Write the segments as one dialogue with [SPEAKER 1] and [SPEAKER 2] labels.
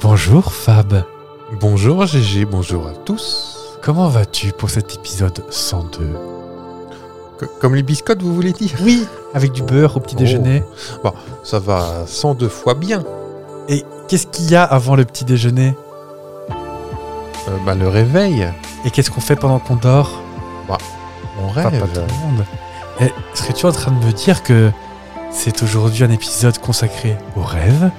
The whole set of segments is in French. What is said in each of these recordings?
[SPEAKER 1] Bonjour Fab,
[SPEAKER 2] Bonjour GG, bonjour à tous.
[SPEAKER 1] comment vas-tu pour cet épisode 102
[SPEAKER 2] C- comme les biscottes, vous voulez dire
[SPEAKER 1] Oui, avec du beurre au petit
[SPEAKER 2] Oh.
[SPEAKER 1] déjeuner.
[SPEAKER 2] Ça va 102 fois bien.
[SPEAKER 1] Et qu'est-ce qu'il y a avant le petit déjeuner
[SPEAKER 2] Euh, bah, le réveil,
[SPEAKER 1] Et qu'est-ce qu'on fait pendant qu'on dort
[SPEAKER 2] on
[SPEAKER 1] Pas,
[SPEAKER 2] rêve.
[SPEAKER 1] pas tout le monde. Eh, Serais-tu en train de me dire que c'est aujourd'hui un épisode consacré au rêve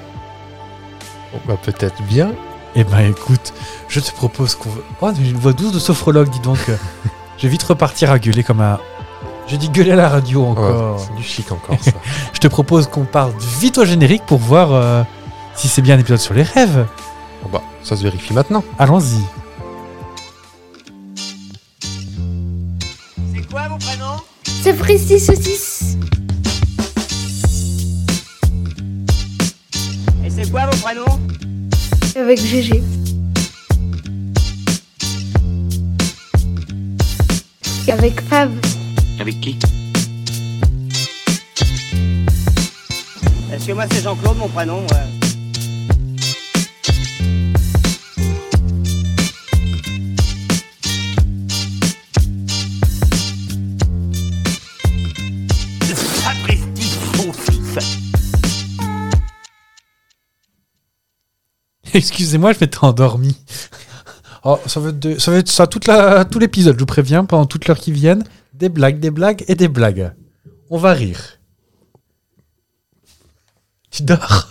[SPEAKER 2] Oh, bah, peut-être bien.
[SPEAKER 1] Eh ben écoute, je te propose qu'on... Oh, j'ai une voix douce de sophrologue, dis donc. je vais vite repartir à gueuler comme un... Je dis gueuler à la radio encore.
[SPEAKER 2] Ouais, Oh, c'est du chic encore ça.
[SPEAKER 1] Je te propose qu'on parte vite au générique pour voir euh, si c'est bien un épisode sur les rêves.
[SPEAKER 2] Oh, bah, ça se vérifie maintenant.
[SPEAKER 1] Allons-y.
[SPEAKER 3] C'est quoi vos prénoms
[SPEAKER 4] C'est précis saucisse.
[SPEAKER 3] Et c'est quoi vos prénoms
[SPEAKER 4] Avec GG. Avec Fab.
[SPEAKER 5] Avec qui
[SPEAKER 3] Parce que moi c'est Jean-Claude mon prénom. ouais.
[SPEAKER 5] Sapristi, son fils
[SPEAKER 1] Excusez-moi, je m'étais endormi. Oh, ça va être, de- ça, va être ça toute la, tout l'épisode, je vous préviens, pendant toute l'heure qui viennent. Des blagues, des blagues et des blagues. On va rire. Tu dors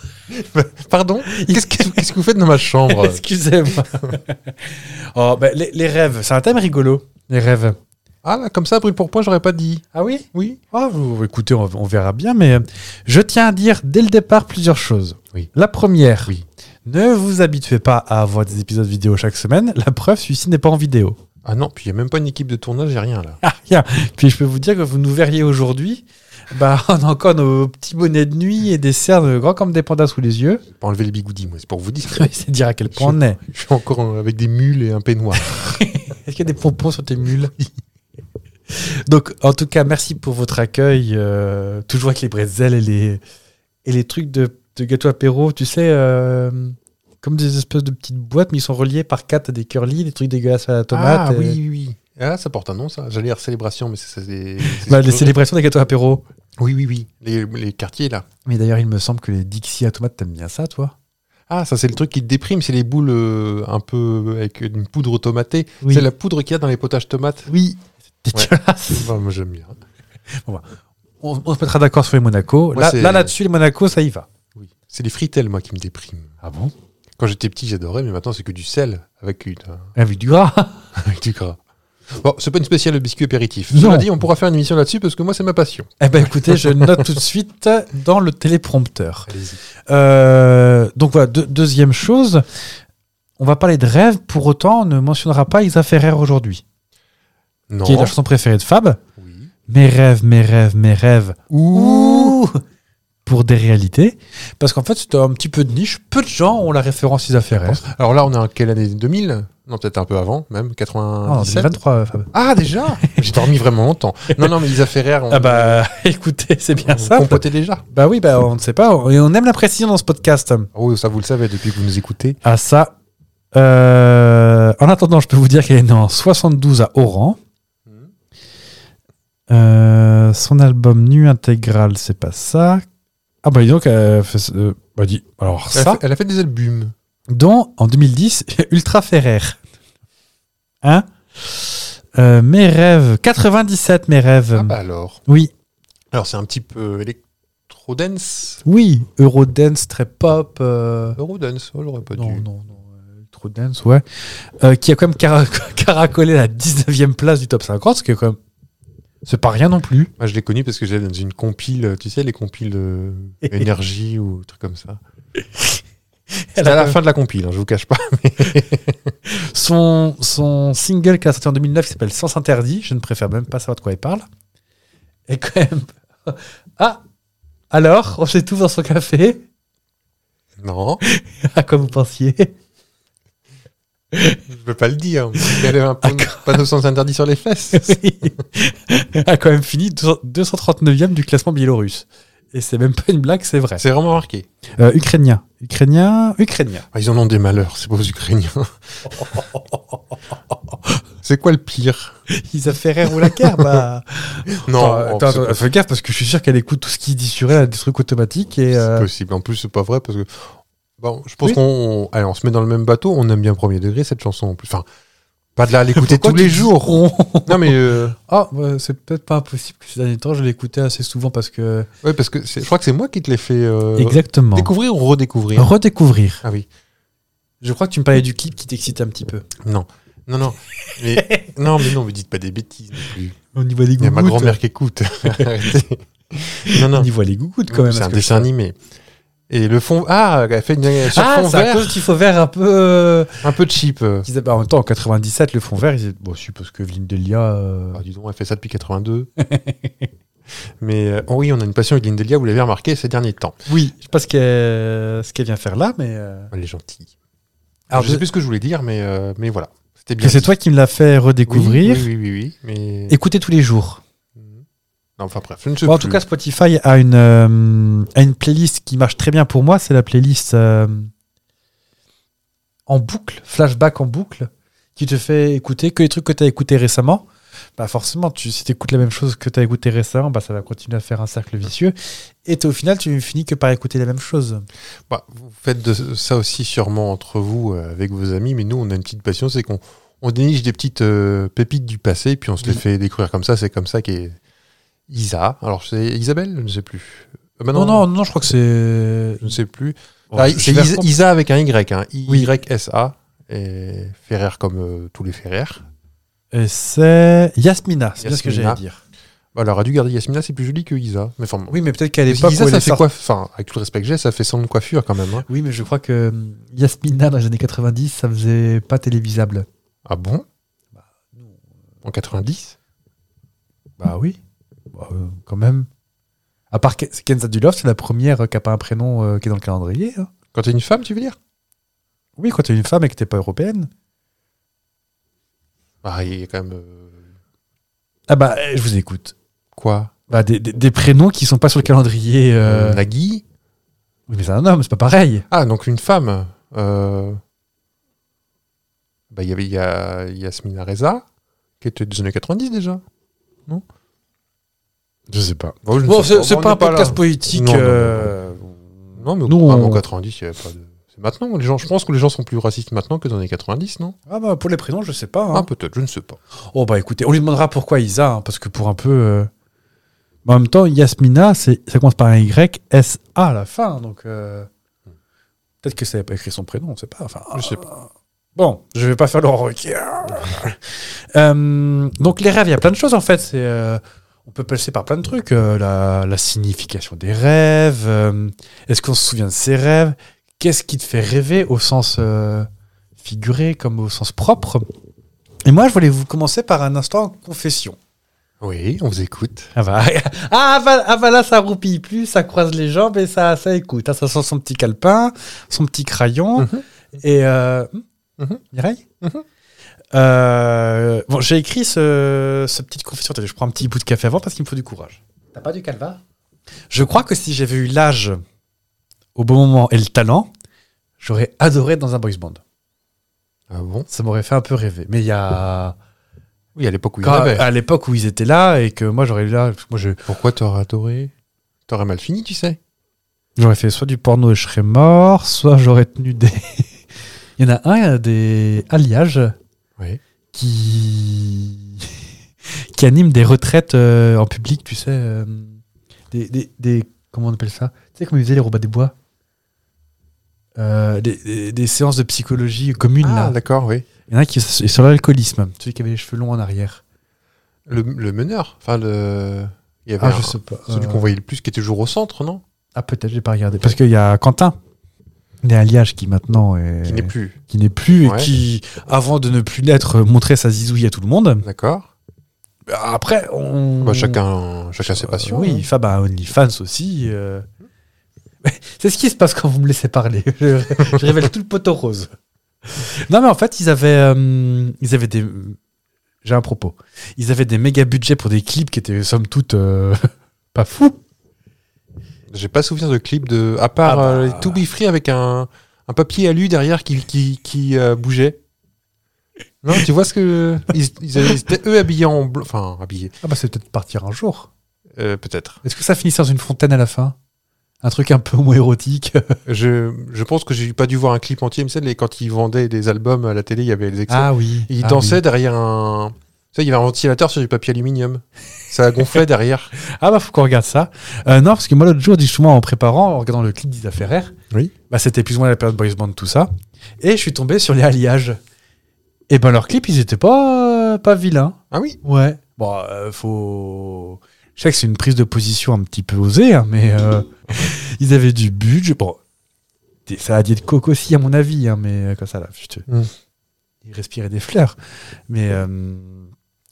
[SPEAKER 2] Pardon Qu'est-ce que, qu'est-ce que vous faites dans ma chambre
[SPEAKER 1] Excusez-moi. oh, ben, les, les rêves, c'est un thème rigolo, les rêves.
[SPEAKER 2] Ah, là, comme ça, brûle pour point, j'aurais pas dit.
[SPEAKER 1] Ah oui
[SPEAKER 2] Oui.
[SPEAKER 1] Oh, vous- écoutez, on, on verra bien, mais euh, je tiens à dire dès le départ plusieurs choses.
[SPEAKER 2] Oui.
[SPEAKER 1] La première,
[SPEAKER 2] Oui.
[SPEAKER 1] ne vous habituez pas à avoir des épisodes vidéo chaque semaine. La preuve, celui-ci n'est pas en vidéo.
[SPEAKER 2] Ah non, puis il n'y a même pas une équipe de tournage, j'ai rien là.
[SPEAKER 1] Ah, rien. Puis je peux vous dire que vous nous verriez aujourd'hui, bah, on a encore nos petits bonnets de nuit et des cernes grands comme des pandas sous les yeux.
[SPEAKER 2] J'ai pas enlevé les bigoudis, moi, c'est pour vous dire.
[SPEAKER 1] C'est dire à quel point on est.
[SPEAKER 2] Je suis encore en- avec des mules et un peignoir.
[SPEAKER 1] Ah, Est-ce qu'il y a des pompons sur tes mules Donc, en tout cas, merci pour votre accueil. euh, toujours avec les bretzels et les, et les trucs de, de gâteau apéro, tu sais, euh, comme des espèces de petites boîtes, mais ils sont reliés par quatre à des curly, des trucs dégueulasses à la tomate. euh.
[SPEAKER 2] ah
[SPEAKER 1] et-
[SPEAKER 2] oui, oui, oui. Ah, ça porte un nom, ça. J'allais dire célébration, mais c'est. c'est- c'est-
[SPEAKER 1] Bah, les célébrations des gâteaux apéro.
[SPEAKER 2] Oui, oui, oui. Les, les quartiers, là.
[SPEAKER 1] Mais d'ailleurs, il me semble que les Dixie à tomate, t'aimes bien ça, toi
[SPEAKER 2] Ah, ça, c'est le truc qui te déprime, c'est les boules euh, un peu avec une poudre tomatée.
[SPEAKER 1] Oui.
[SPEAKER 2] C'est la poudre qu'il y a dans les potages tomates.
[SPEAKER 1] Oui. C'est
[SPEAKER 2] Ouais.
[SPEAKER 1] dégueulasse.
[SPEAKER 2] Bah, moi, j'aime bien.
[SPEAKER 1] On, on se mettra d'accord sur les Monaco.
[SPEAKER 2] Moi,
[SPEAKER 1] Là,
[SPEAKER 2] c'est-
[SPEAKER 1] là, là-dessus, les Monaco, ça y va.
[SPEAKER 2] Oui. C'est les fritelles, moi, qui me dépriment.
[SPEAKER 1] Ah bon
[SPEAKER 2] Quand j'étais petit, j'adorais, mais maintenant, c'est que du sel avec, une, euh,
[SPEAKER 1] Avec Ah du gras.
[SPEAKER 2] avec du gras. Bon, c'est pas une spéciale biscuit apéritif.
[SPEAKER 1] Non.
[SPEAKER 2] Cela dit, on pourra faire une émission là-dessus parce que moi, c'est ma passion.
[SPEAKER 1] Eh ben écoutez, je note tout de suite dans le téléprompteur.
[SPEAKER 2] Allez-y.
[SPEAKER 1] Euh, donc voilà, deux- deuxième chose, on va parler de rêve, pour autant on ne mentionnera pas Isa Ferrer aujourd'hui,
[SPEAKER 2] Non.
[SPEAKER 1] qui est la chanson préférée de Fab.
[SPEAKER 2] Oui.
[SPEAKER 1] Mes rêves, mes rêves, mes rêves. Ouh Pour des réalités. Parce qu'en fait, c'est un petit peu de niche. Peu de gens ont la référence Isa Ferrer.
[SPEAKER 2] Alors là, on est en quelle année 2000 Non, peut-être un peu avant, même.
[SPEAKER 1] Ah, en
[SPEAKER 2] 97
[SPEAKER 1] 2023, euh, Fab.
[SPEAKER 2] Ah, déjà J'ai dormi vraiment longtemps. Non, non, mais Isa Ferrer, on,
[SPEAKER 1] Ah bah écoutez, c'est bien
[SPEAKER 2] on
[SPEAKER 1] ça.
[SPEAKER 2] compotait déjà.
[SPEAKER 1] Bah oui, bah on ne sait pas. Et on aime la précision dans ce podcast.
[SPEAKER 2] Oh, ça, vous le savez depuis que vous nous écoutez.
[SPEAKER 1] à ça. Euh, en attendant, je peux vous dire qu'elle est née en 72 à Oran.
[SPEAKER 2] Hmm.
[SPEAKER 1] Euh, son album Nu intégral, c'est pas ça. Ah bah dis donc, elle fait- euh, bah dis, alors
[SPEAKER 2] Elle, a
[SPEAKER 1] ça,
[SPEAKER 2] fait, elle a fait des albums.
[SPEAKER 1] dont en 2010, Ultra Ferrer. Hein Euh, Mes rêves, 97 mes rêves.
[SPEAKER 2] Ah bah alors.
[SPEAKER 1] Oui,
[SPEAKER 2] Alors c'est un petit peu électro-dance.
[SPEAKER 1] oui, Eurodance, très pop. euh,
[SPEAKER 2] Eurodance, oh, j'aurais pas
[SPEAKER 1] non,
[SPEAKER 2] dû.
[SPEAKER 1] non, non, euh, Electro Dance, ouais. Euh, qui a quand même cara- caracolé la 19e place du top 50, ce qui est quand même. C'est pas rien non plus.
[SPEAKER 2] Moi Ah, je l'ai connu parce que j'étais dans une compile, tu sais, les compiles euh, énergie ou trucs comme ça. C'était à la fin de la compile, hein, je vous cache pas.
[SPEAKER 1] Son, son single qu'elle a sorti en 2009 qui s'appelle Sens Interdit, je ne préfère même pas savoir de quoi elle parle, est quand même. Ah Alors, on s'étouffe dans son café,
[SPEAKER 2] Non,
[SPEAKER 1] à quoi vous pensiez
[SPEAKER 2] je peux pas le dire. Elle avait un pan- panneau sans interdit sur les fesses.
[SPEAKER 1] Oui. a quand même fini 239e du classement biélorusse. Et c'est même pas une blague, c'est vrai.
[SPEAKER 2] C'est vraiment marqué.
[SPEAKER 1] Euh, ukrainien. Ukrainien, ukrainien.
[SPEAKER 2] Ah, ils en ont des malheurs, c'est pas aux Ukrainiens. c'est quoi le pire
[SPEAKER 1] Ils a fait rire ou la guerre, bah. Attends,
[SPEAKER 2] Non, oh,
[SPEAKER 1] attends,
[SPEAKER 2] c'est
[SPEAKER 1] attends,
[SPEAKER 2] pas-
[SPEAKER 1] fais gaffe parce que je suis sûr qu'elle écoute tout ce qui dit sur elle, elle a des trucs automatiques et.
[SPEAKER 2] c'est
[SPEAKER 1] euh,
[SPEAKER 2] possible. En plus, c'est pas vrai parce que. Bon, je pense
[SPEAKER 1] Oui.
[SPEAKER 2] qu'on on- allez, on se met dans le même bateau. On aime bien premier degré cette chanson en plus. Enfin, pas de là à l'écouter
[SPEAKER 1] Pourquoi
[SPEAKER 2] tous les
[SPEAKER 1] tu dis
[SPEAKER 2] jours.
[SPEAKER 1] on
[SPEAKER 2] Non mais euh,
[SPEAKER 1] Ah, bah, c'est peut-être pas impossible que ces derniers temps, je l'écoutais assez souvent parce que.
[SPEAKER 2] ouais parce que c'est- je crois que c'est moi qui te l'ai fait euh,
[SPEAKER 1] Exactement.
[SPEAKER 2] découvrir ou redécouvrir.
[SPEAKER 1] Redécouvrir.
[SPEAKER 2] Ah oui.
[SPEAKER 1] Je crois que tu me parlais du clip qui t'excite un petit peu.
[SPEAKER 2] Non non. Mais, non mais non, vous dites pas des bêtises. non plus.
[SPEAKER 1] Au niveau des
[SPEAKER 2] Il y a ma
[SPEAKER 1] gougouttes.
[SPEAKER 2] grand-mère qui écoute. Arrêtez. non
[SPEAKER 1] On
[SPEAKER 2] non.
[SPEAKER 1] y voit les gougouttes quand même.
[SPEAKER 2] C'est
[SPEAKER 1] parce
[SPEAKER 2] un
[SPEAKER 1] que-
[SPEAKER 2] dessin animé. Et le fond, ah, elle fait une, sur
[SPEAKER 1] Ah,
[SPEAKER 2] fond
[SPEAKER 1] c'est à
[SPEAKER 2] vert,
[SPEAKER 1] cause du faux vert un peu. euh,
[SPEAKER 2] un peu cheap. euh.
[SPEAKER 1] qu'ils avaient- En même temps, en 97, le fond vert, ils... bon, je suppose que Evelyne Delia. euh,
[SPEAKER 2] Ah, dis donc, elle fait ça depuis 82. mais euh, oh oui, on a une passion avec Lindelia, vous l'avez remarqué ces derniers temps.
[SPEAKER 1] Oui, je sais pas ce qu'elle ce qu'elle vient faire là, mais. euh,
[SPEAKER 2] Elle est gentille.
[SPEAKER 1] Alors,
[SPEAKER 2] je sais plus ce que je voulais dire, mais, euh, mais voilà. C'était bien.
[SPEAKER 1] que c'est
[SPEAKER 2] dit.
[SPEAKER 1] toi qui me l'as fait
[SPEAKER 2] Oui,
[SPEAKER 1] redécouvrir.
[SPEAKER 2] Oui, oui, oui. oui, mais... mm.
[SPEAKER 1] Écoutez tous les jours.
[SPEAKER 2] Non, enfin bref, je ne sais
[SPEAKER 1] Bon, en
[SPEAKER 2] plus.
[SPEAKER 1] tout cas, Spotify a une, euh, a une playlist qui marche très bien pour moi. C'est la playlist euh, en boucle, flashback en boucle, qui te fait écouter que les trucs que tu as écoutés récemment. Bah forcément, tu, si tu écoutes la même chose que tu as écouté récemment, bah ça va continuer à faire un cercle vicieux. Et t- au final, tu ne finis que par écouter la même chose.
[SPEAKER 2] Bah, vous faites de ça aussi sûrement entre vous, euh, avec vos amis, mais nous, on a une petite passion, c'est qu'on on déniche des petites euh, pépites du passé, puis on se les fait découvrir comme ça. C'est comme ça qu'est Isa. Alors, c'est Isabelle Je ne sais plus. Euh, bah
[SPEAKER 1] Ah Non, non, non, je crois que c'est.
[SPEAKER 2] Je ne sais plus.
[SPEAKER 1] Bon,
[SPEAKER 2] Ah,
[SPEAKER 1] je- je
[SPEAKER 2] c'est
[SPEAKER 1] vais
[SPEAKER 2] Is-
[SPEAKER 1] reprendre-
[SPEAKER 2] Isa avec un Y, hein.
[SPEAKER 1] Oui.
[SPEAKER 2] Y-S-A. Et Ferrer comme euh, tous les Ferrer.
[SPEAKER 1] Et c'est Yasmina, c'est bien ce que j'allais
[SPEAKER 2] Yasmina.
[SPEAKER 1] dire.
[SPEAKER 2] Bah, elle aurait dû garder Yasmina, c'est plus joli que Isa. Mais enfin,
[SPEAKER 1] Oui, mais peut-être qu'à
[SPEAKER 2] mais
[SPEAKER 1] l'époque.
[SPEAKER 2] Isa,
[SPEAKER 1] où elle
[SPEAKER 2] ça
[SPEAKER 1] est
[SPEAKER 2] fait
[SPEAKER 1] sortie-
[SPEAKER 2] quoi Enfin, avec tout le respect que j'ai, ça fait sans de coiffure quand même. hein.
[SPEAKER 1] Oui, mais je crois que hum, Yasmina dans les années 90, ça faisait pas télévisable.
[SPEAKER 2] Ah bon
[SPEAKER 1] Bah, nous,
[SPEAKER 2] En 90
[SPEAKER 1] Bah oui, Bah, euh, quand même. À part Ke- Kenza Dulof, c'est la première euh, qui a pas un prénom euh, qui est dans le calendrier. hein.
[SPEAKER 2] Quand t'es une femme, tu veux dire
[SPEAKER 1] Oui, quand t'es une femme et que t'es pas européenne.
[SPEAKER 2] Ah, il y a quand même. euh,
[SPEAKER 1] Ah bah, euh, je vous écoute.
[SPEAKER 2] quoi
[SPEAKER 1] Bah, des, des- des prénoms qui sont pas sur le calendrier. euh,
[SPEAKER 2] Nagui
[SPEAKER 1] Oui, mais c'est un homme, c'est pas pareil.
[SPEAKER 2] Ah, donc une femme. Euh... Bah, il y avait il y a Yasmina Reza, qui était des années 90 déjà. Non Je sais pas. Bon, Bah je ne sais pas. On n'est là.
[SPEAKER 1] politique. euh,
[SPEAKER 2] Non, non, Non, mais
[SPEAKER 1] Nous,
[SPEAKER 2] au- ah, mais en
[SPEAKER 1] on-
[SPEAKER 2] 90, il y avait pas de. C'est maintenant. Les gens, je pense que les gens sont plus racistes maintenant que dans les 90, non
[SPEAKER 1] Ah bah, pour les prénoms, je sais pas. hein.
[SPEAKER 2] Ah, peut-être, je ne sais pas.
[SPEAKER 1] Oh bah écoutez, on lui demandera pourquoi Isa, hein, parce que pour un peu... euh, mais en même temps, Yasmina, c'est- ça commence par un Y, S, A à la fin, donc... euh, Peut-être que ça n'avait pas écrit son prénom, on ne sait pas. Enfin,
[SPEAKER 2] Je sais pas.
[SPEAKER 1] Bon, je vais pas faire Laurent Ruquier. Euh, donc les rêves, il y a plein de choses en fait. C'est, euh, on peut passer par plein de trucs. Euh, la, la signification des rêves. euh, est-ce qu'on se souvient de ses rêves Qu'est-ce qui te fait rêver au sens euh, figuré comme au sens propre Et moi, je voulais vous commencer par un instant confession.
[SPEAKER 2] Oui, on vous écoute.
[SPEAKER 1] Ah bah, ah, bah- ah bah là, ça roupille plus, ça croise les jambes et ça, ça écoute. Ah, ça sent son petit calepin, son petit crayon.
[SPEAKER 2] Mhm.
[SPEAKER 1] Et. euh,
[SPEAKER 2] Mhm.
[SPEAKER 1] Mireille Euh, Bon, j'ai écrit ce, ce petite confession. Attendez, je prends un petit bout de café avant parce qu'il me faut du courage. T'as pas du calva Je crois que si j'avais eu l'âge au bon moment et le talent, j'aurais adoré être dans un boys band.
[SPEAKER 2] Ah bon
[SPEAKER 1] Ça m'aurait fait un peu rêver. Mais il y a.
[SPEAKER 2] Oui, Ah à l'époque où il y en
[SPEAKER 1] quand- euh,
[SPEAKER 2] avait.
[SPEAKER 1] à l'époque où ils étaient là et que moi j'aurais eu là. Moi, je,
[SPEAKER 2] Pourquoi t'aurais adoré T'aurais mal fini, tu sais.
[SPEAKER 1] J'aurais fait soit du porno et je serais mort, soit j'aurais tenu des. il y en a un, il y a des alliages
[SPEAKER 2] Oui.
[SPEAKER 1] qui. qui animent des retraites euh, en public, tu sais. euh, des, des, des- Comment on appelle ça Tu sais comment ils faisaient les robots des bois Euh, des, des- des séances de psychologie communes,
[SPEAKER 2] Ah,
[SPEAKER 1] là.
[SPEAKER 2] d'accord, oui.
[SPEAKER 1] Il y en a qui est sur l'alcoolisme, celui qui avait les cheveux longs en arrière.
[SPEAKER 2] Le, le meneur, enfin le. Il y avait
[SPEAKER 1] Ah,
[SPEAKER 2] un-
[SPEAKER 1] je sais pas.
[SPEAKER 2] celui
[SPEAKER 1] Euh,
[SPEAKER 2] qu'on voyait le plus, qui était toujours au centre, non
[SPEAKER 1] Ah, peut-être, j'ai pas regardé. Parce qu'il y a Quentin, des alliages qui maintenant est.
[SPEAKER 2] Qui n'est plus.
[SPEAKER 1] qui n'est plus
[SPEAKER 2] Ouais.
[SPEAKER 1] et qui, avant de ne plus l'être, euh, montrait sa zizouille à tout le monde.
[SPEAKER 2] D'accord.
[SPEAKER 1] Après, on.
[SPEAKER 2] Bah, chacun, chacun ses
[SPEAKER 1] Mm. Euh,
[SPEAKER 2] passions.
[SPEAKER 1] oui,
[SPEAKER 2] hein.
[SPEAKER 1] Fab a un OnlyFans aussi. euh. C'est ce qui se passe quand vous me laissez parler. Je, je révèle tout le poteau rose. Non, mais en fait, ils avaient, euh, ils avaient des. J'ai un propos. Ils avaient des méga budgets pour des clips qui étaient, somme toute, euh, pas fous.
[SPEAKER 2] J'ai pas souvenir de clip de. À part
[SPEAKER 1] Ah
[SPEAKER 2] euh,
[SPEAKER 1] bah.
[SPEAKER 2] To Be Free avec un, un papier alu derrière qui, qui, qui, euh, bougeait. Non, tu vois ce que. Ils, ils avaient- ils étaient eux habillés en blanc. Enfin, habillés.
[SPEAKER 1] Ah bah c'est peut-être partir un jour.
[SPEAKER 2] Euh, Peut-être.
[SPEAKER 1] Est-ce que ça finissait dans une fontaine à la fin Un truc un peu moins érotique
[SPEAKER 2] Je, je pense que j'ai pas dû voir un clip entier, mais c'est les- quand ils vendaient des albums à la télé, il y avait les extraits.
[SPEAKER 1] Ah. oui.
[SPEAKER 2] ils dansaient derrière un. Tu sais, il y avait un ventilateur sur du papier aluminium. Ça gonflait derrière.
[SPEAKER 1] Ah bah faut qu'on regarde ça. Euh, non, parce que moi l'autre jour, justement en préparant, en regardant le clip d'Isa Ferrer,
[SPEAKER 2] Oui.
[SPEAKER 1] bah, c'était plus ou moins la période Boys Band, tout ça. Et je suis tombé sur les alliages. Et ben leurs clips, ils étaient pas, pas vilains.
[SPEAKER 2] Ah oui
[SPEAKER 1] Ouais. Bon, euh, faut. Je sais que c'est une prise de position un petit peu osée, hein, mais euh, ils avaient du budget. Bon, des- ça a dit de coco aussi, à mon avis, hein, mais euh, comme ça, là, je te-
[SPEAKER 2] Mm.
[SPEAKER 1] ils respiraient des fleurs. Mais euh,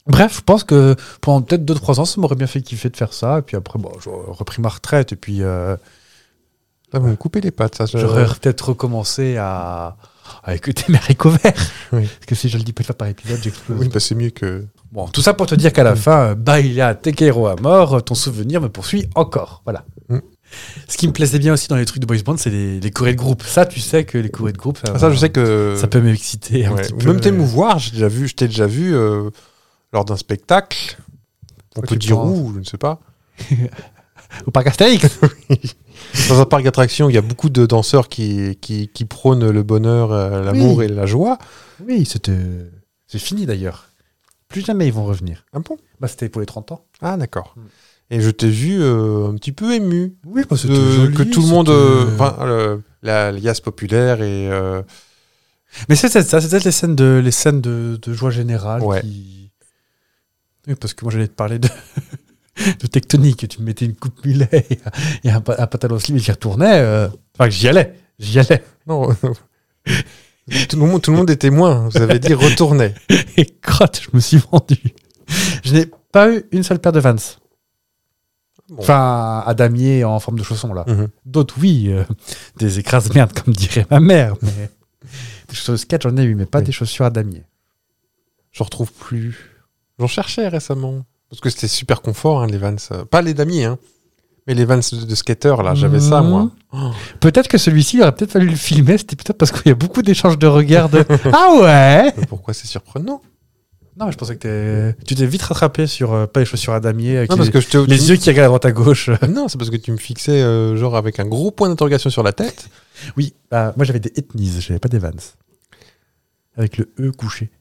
[SPEAKER 1] bref, je pense que pendant peut-être 2-3 ans, ça m'aurait bien fait kiffer de faire ça. Et puis après, bon, j'aurais repris ma retraite. Et puis, euh,
[SPEAKER 2] Ça me coupait les pattes, ça. je-
[SPEAKER 1] j'aurais peut-être recommencé à, à écouter mes haricots verts.
[SPEAKER 2] Oui.
[SPEAKER 1] Parce que si je le dis peut-être pas par épisode, j'explose.
[SPEAKER 2] Oui, bah, c'est mieux que.
[SPEAKER 1] Bon, tout ça pour te dire qu'à la fin, euh, Baila Tekero à mort, euh, ton souvenir me poursuit encore. Voilà.
[SPEAKER 2] Mm.
[SPEAKER 1] Ce qui me plaisait bien aussi dans les trucs de boys band, c'est les, les chorés de groupe. Ça, tu sais que les chorés de groupe, ça,
[SPEAKER 2] Ah, ça, je sais que.
[SPEAKER 1] ça peut m'exciter un
[SPEAKER 2] Ouais,
[SPEAKER 1] petit
[SPEAKER 2] ou
[SPEAKER 1] peu.
[SPEAKER 2] Même t'émouvoir, j'ai déjà vu, je t'ai déjà vu euh, lors d'un spectacle. On
[SPEAKER 1] Ouais,
[SPEAKER 2] peut
[SPEAKER 1] tu
[SPEAKER 2] dire
[SPEAKER 1] prends-
[SPEAKER 2] où, je ne sais pas.
[SPEAKER 1] Au parc Astérix
[SPEAKER 2] Dans un parc d'attractions, il y a beaucoup de danseurs qui, qui, qui prônent le bonheur, euh, l'amour et la joie.
[SPEAKER 1] Oui, c'était... C'est fini d'ailleurs. Plus jamais ils vont revenir.
[SPEAKER 2] Ah bon
[SPEAKER 1] Bah, c'était pour les 30 ans.
[SPEAKER 2] Ah d'accord.
[SPEAKER 1] Mm.
[SPEAKER 2] Et je t'ai vu euh, un petit peu ému.
[SPEAKER 1] Oui, bah, parce
[SPEAKER 2] de- que tout le monde... euh, enfin, euh, la liasse populaire et... euh,
[SPEAKER 1] Mais c'est peut-être ça, c'est peut-être les scènes de, les scènes de, de joie générale
[SPEAKER 2] Ouais.
[SPEAKER 1] qui. Oui, parce que moi j'allais te parler de, de tectonique, tu me mettais une coupe mulet et, un- et un, pa- un pantalon slim et j'y retournais. euh, Enfin, que j'y allais, j'y allais.
[SPEAKER 2] Non. tout, le monde, tout le monde est témoin. Vous avez dit retournez.
[SPEAKER 1] Et crotte, je me suis vendu. Je n'ai pas eu une seule paire de Vans.
[SPEAKER 2] Bon.
[SPEAKER 1] Enfin, à damier en forme de chausson, là.
[SPEAKER 2] Mhm.
[SPEAKER 1] D'autres, oui, euh, des écrases merdes, comme dirait ma mère. Mais... Des chaussures de skate, j'en ai eu, mais pas
[SPEAKER 2] Oui.
[SPEAKER 1] des chaussures à damier.
[SPEAKER 2] Je retrouve plus. J'en cherchais récemment. Parce que c'était super confort, hein, les Vans. Euh, Pas les d'amis, hein. Mais les Vans de, de skater, là, j'avais ça,
[SPEAKER 1] Mhm.
[SPEAKER 2] moi. Oh,
[SPEAKER 1] Peut-être que celui-ci, il aurait peut-être fallu le filmer. C'était peut-être parce qu'il y a beaucoup d'échanges de regards. de- ah ouais
[SPEAKER 2] mais Euh, pourquoi c'est surprenant
[SPEAKER 1] Non, mais je pensais que t'es- tu t'es vite rattrapé sur euh, pas les chaussures à damier, avec
[SPEAKER 2] Non, parce
[SPEAKER 1] les,
[SPEAKER 2] que je te... Euh,
[SPEAKER 1] les yeux qui regardent à droite à gauche.
[SPEAKER 2] Non, c'est parce que tu me fixais, euh, genre, avec un gros point d'interrogation sur la tête.
[SPEAKER 1] oui, bah, moi j'avais des ethnies, j'avais pas des vans. Avec le E couché.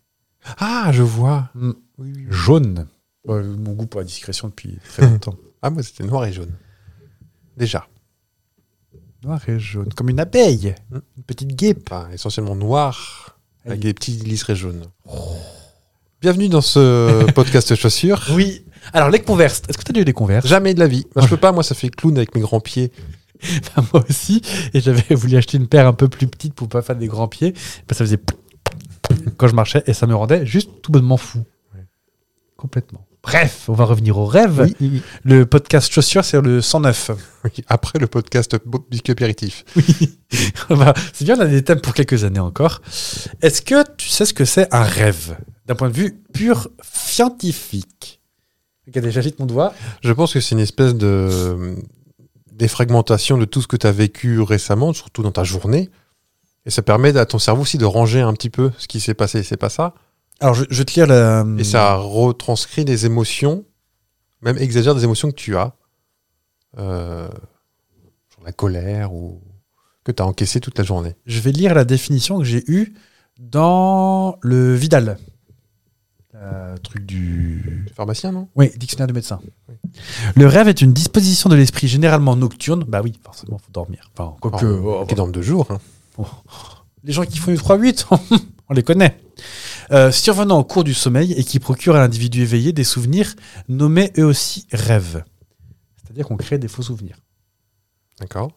[SPEAKER 2] Ah, je vois.
[SPEAKER 1] Mm.
[SPEAKER 2] Oui, oui, oui.
[SPEAKER 1] Jaune. Ouais, mon goût pour la discrétion depuis très longtemps.
[SPEAKER 2] Ah, moi, c'était noir et jaune. Déjà.
[SPEAKER 1] Noir et jaune. Comme une abeille.
[SPEAKER 2] Mm.
[SPEAKER 1] Une petite guêpe.
[SPEAKER 2] Enfin, essentiellement noir, avec
[SPEAKER 1] Allez.
[SPEAKER 2] des petits liserés jaunes. Bienvenue dans ce podcast chaussures.
[SPEAKER 1] Oui. Alors, les converses. Est-ce que t'as déjà eu des converses
[SPEAKER 2] Jamais de la vie. Bah, je peux pas, moi, ça fait clown avec mes grands pieds.
[SPEAKER 1] Bah, moi aussi. Et j'avais voulu acheter une paire un peu plus petite pour pas faire des grands pieds. Bah, ça faisait quand je marchais et ça me rendait juste tout bonnement fou.
[SPEAKER 2] Ouais.
[SPEAKER 1] Complètement. Bref, on va revenir au rêve. Le podcast chaussures, c'est le 109.
[SPEAKER 2] Oui, après le podcast Bo- Biscuit Apéritif.
[SPEAKER 1] Bah, c'est bien, on a des thèmes pour quelques années encore. Est-ce que tu sais ce que c'est un rêve d'un point de vue pur scientifique Regardez, j'agite mon doigt.
[SPEAKER 2] Je pense que c'est une espèce de défragmentation de tout ce que tu as vécu récemment, surtout dans ta journée. Et ça permet à ton cerveau aussi de ranger un petit peu ce qui s'est passé et c'est pas ça.
[SPEAKER 1] Alors, je, je te lire la.
[SPEAKER 2] Et ça retranscrit des émotions, même exagère des émotions que tu as. Euh, genre la colère ou que tu as encaissé toute la journée.
[SPEAKER 1] je vais lire la définition que j'ai eue dans le Vidal. Euh, truc du.
[SPEAKER 2] T'es pharmacien, non
[SPEAKER 1] Oui, dictionnaire de médecin. Le rêve est une disposition de l'esprit généralement nocturne. Bah oui, forcément, faut dormir. Enfin, quoique, oh,
[SPEAKER 2] Qui dorme deux jours. hein.
[SPEAKER 1] les gens qui font du 3-8, on les connaît. Euh, survenant au cours du sommeil et qui procure à l'individu éveillé des souvenirs nommés eux aussi rêves. C'est-à-dire qu'on crée des faux souvenirs.
[SPEAKER 2] D'accord.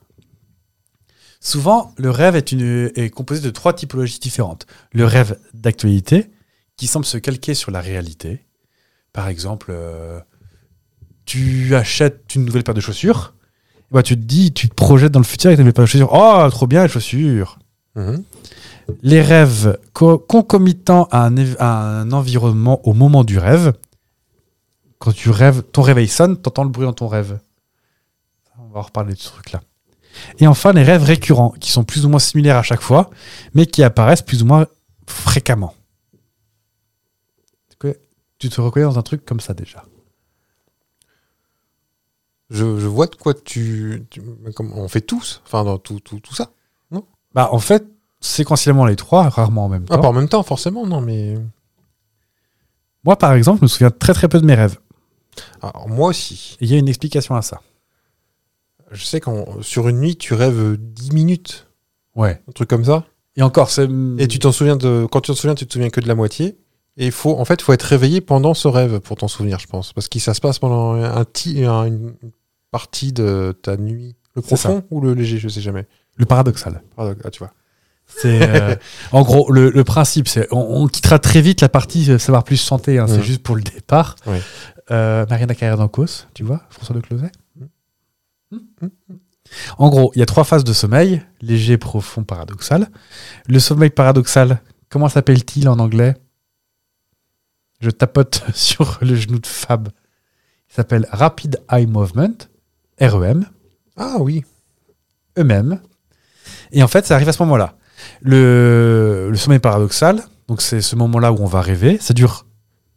[SPEAKER 1] Souvent, le rêve est, une- est composé de trois typologies différentes. Le rêve d'actualité, qui semble se calquer sur la réalité. Par exemple, euh, tu achètes une nouvelle paire de chaussures, et bah, tu te dis, tu te projettes dans le futur avec ta nouvelle paire de chaussures. Oh, trop bien les chaussures
[SPEAKER 2] Mhm.
[SPEAKER 1] les rêves co- concomitants à un, év- à un environnement au moment du rêve. Quand tu rêves, ton réveil sonne, t'entends le bruit dans ton rêve. On va reparler de ce truc-là. Et enfin, les rêves récurrents, qui sont plus ou moins similaires à chaque fois, mais qui apparaissent plus ou moins fréquemment. Tu connais- Tu te reconnais dans un truc comme ça déjà.
[SPEAKER 2] Je, je vois de quoi tu. tu- comme on fait tous, enfin, dans tout, tout, tout ça. Ah,
[SPEAKER 1] Bah, en fait, séquentiellement les trois, rarement en même
[SPEAKER 2] Ah,
[SPEAKER 1] temps.
[SPEAKER 2] pas en même temps, forcément, non, mais.
[SPEAKER 1] Moi, par exemple, je me souviens très très peu de mes rêves.
[SPEAKER 2] Alors, moi aussi.
[SPEAKER 1] Et Il y a une explication à ça.
[SPEAKER 2] Je sais qu'en sur une nuit, tu rêves 10 minutes,
[SPEAKER 1] Ouais.
[SPEAKER 2] un truc comme ça.
[SPEAKER 1] Et encore, c'est.
[SPEAKER 2] Et tu t'en souviens de. Quand tu t'en souviens, tu te souviens que de la moitié. Et il faut, en fait, faut être réveillé pendant ce rêve pour t'en souvenir, je pense. Parce que ça se passe pendant un ti- un- une partie de ta nuit. Le
[SPEAKER 1] C'est ça.
[SPEAKER 2] profond ou le léger, je sais jamais.
[SPEAKER 1] Le paradoxal.
[SPEAKER 2] Ah, ah, tu vois.
[SPEAKER 1] C'est. euh, en gros, le, le principe, c'est. On, on quittera très vite la partie euh, savoir plus santé. hein, C'est
[SPEAKER 2] Mhm.
[SPEAKER 1] juste pour le départ.
[SPEAKER 2] Oui.
[SPEAKER 1] Euh, Mariana Carrière d'Ancos, tu vois, François de Closet. Mm. En gros, il y a trois phases de sommeil léger, profond, paradoxal. Le sommeil paradoxal, comment s'appelle-t-il en anglais Je tapote sur le genou de Fab. Il s'appelle Rapid Eye Movement, E REM.
[SPEAKER 2] Ah oui.
[SPEAKER 1] eux-mêmes. Et en fait, ça arrive à ce moment-là. Le, le sommeil paradoxal, donc c'est ce moment-là où on va rêver, ça dure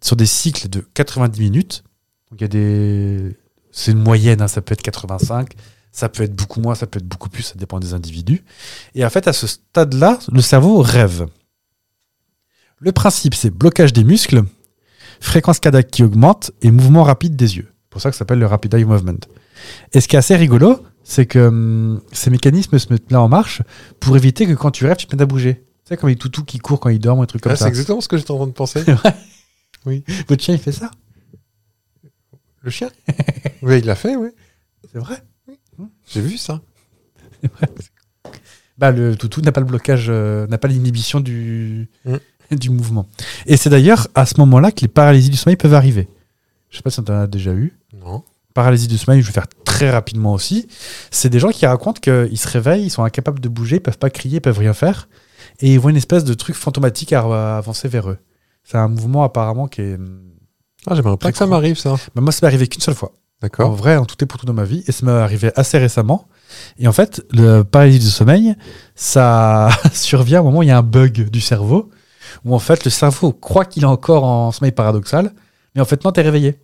[SPEAKER 1] sur des cycles de 90 minutes. Donc il y a des. C'est une moyenne, hein, ça peut être 85, ça peut être beaucoup moins, ça peut être beaucoup plus, ça dépend des individus. Et en fait, à ce stade-là, le cerveau rêve. Le principe, c'est blocage des muscles, fréquence cardiaque qui augmente et mouvement rapide des yeux. C'est pour ça que ça s'appelle le rapid eye movement. Et ce qui est assez rigolo, c'est que hum, ces mécanismes se mettent là en marche pour éviter que quand tu rêves, tu te mettes à bouger. Tu sais, comme les toutous qui courent quand ils dorment, un truc comme
[SPEAKER 2] Ah, c'est
[SPEAKER 1] ça.
[SPEAKER 2] exactement ce que j'étais en train de penser.
[SPEAKER 1] Votre chien, il fait ça
[SPEAKER 2] Le chien Oui, il l'a fait, oui.
[SPEAKER 1] C'est vrai
[SPEAKER 2] J'ai vu ça.
[SPEAKER 1] bah, le toutou n'a pas le blocage, euh, n'a pas l'inhibition du,
[SPEAKER 2] Mm.
[SPEAKER 1] du mouvement. Et c'est d'ailleurs à ce moment-là que les paralysies du sommeil peuvent arriver. Je sais pas si tu en as déjà eu.
[SPEAKER 2] Non.
[SPEAKER 1] Paralysie du sommeil, je vais faire très rapidement aussi. C'est des gens qui racontent qu'ils se réveillent, ils sont incapables de bouger, ils peuvent pas crier, ils peuvent rien faire. Et ils voient une espèce de truc fantomatique à- à avancer vers eux. C'est un mouvement apparemment qui est. Bah,
[SPEAKER 2] Ah, j'aimerais pas
[SPEAKER 1] Très
[SPEAKER 2] que ça
[SPEAKER 1] cool.
[SPEAKER 2] m'arrive, ça.
[SPEAKER 1] moi, ça m'est arrivé qu'une seule fois. En
[SPEAKER 2] D'accord.
[SPEAKER 1] vrai, en tout est pour tout dans ma vie. Et ça m'est arrivé assez récemment. Et en fait, le paralysie du sommeil, ça survient au moment où il y a un bug du cerveau, où en fait, le cerveau croit qu'il est encore en sommeil paradoxal, mais en fait, non, t'es réveillé.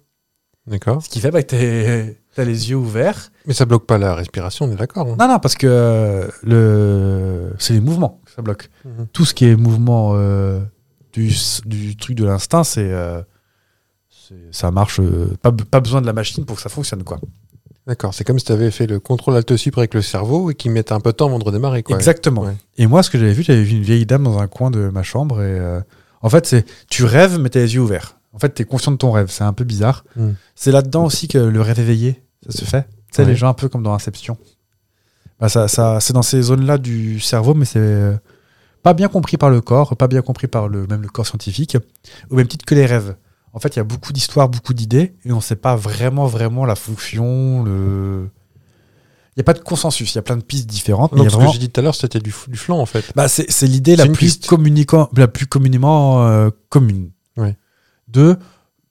[SPEAKER 2] D'accord.
[SPEAKER 1] Ce qui fait bah, que t'es- t'as les yeux ouverts.
[SPEAKER 2] Oh. Mais ça bloque pas la respiration, on est d'accord. hein.
[SPEAKER 1] Non, non, parce que euh, le... c'est les mouvements que ça bloque.
[SPEAKER 2] Mhm.
[SPEAKER 1] Tout ce qui est mouvement euh, du, s- du truc de l'instinct, c'est. euh, c'est- ça marche, euh, pas, be- pas besoin de la machine pour que ça fonctionne, quoi.
[SPEAKER 2] D'accord. C'est comme si tu avais fait le contrôle alt sup avec le cerveau et qu'il mettait un peu de temps avant de redémarrer, quoi.
[SPEAKER 1] Exactement.
[SPEAKER 2] Ouais.
[SPEAKER 1] Et moi, ce que j'avais vu, j'avais vu une vieille dame dans un coin de ma chambre. Et euh, en fait, c'est tu rêves, mais t'as les yeux ouverts. En fait, t'es conscient de ton rêve. C'est un peu bizarre.
[SPEAKER 2] Mm.
[SPEAKER 1] C'est là-dedans aussi que le rêve éveillé, ça se fait. Tu sais,
[SPEAKER 2] Ouais.
[SPEAKER 1] les gens un peu comme dans Inception. Bah, ça, ça, c'est dans ces zones-là du cerveau, mais c'est euh, pas bien compris par le corps, pas bien compris par le même le corps scientifique, au même titre que les rêves. En fait, il y a beaucoup d'histoires, beaucoup d'idées, et on ne sait pas vraiment, vraiment la fonction. Le... Il n'y a pas de consensus. Il y a plein de pistes différentes. mais il y
[SPEAKER 2] Donc,
[SPEAKER 1] a
[SPEAKER 2] ce
[SPEAKER 1] vraiment-
[SPEAKER 2] que j'ai dit tout à l'heure, c'était du, f- du flan, en fait.
[SPEAKER 1] bah, c'est c'est l'idée la
[SPEAKER 2] C'est une
[SPEAKER 1] plus,
[SPEAKER 2] piste.
[SPEAKER 1] communicant, la plus communément euh, commune.
[SPEAKER 2] Ouais.
[SPEAKER 1] De,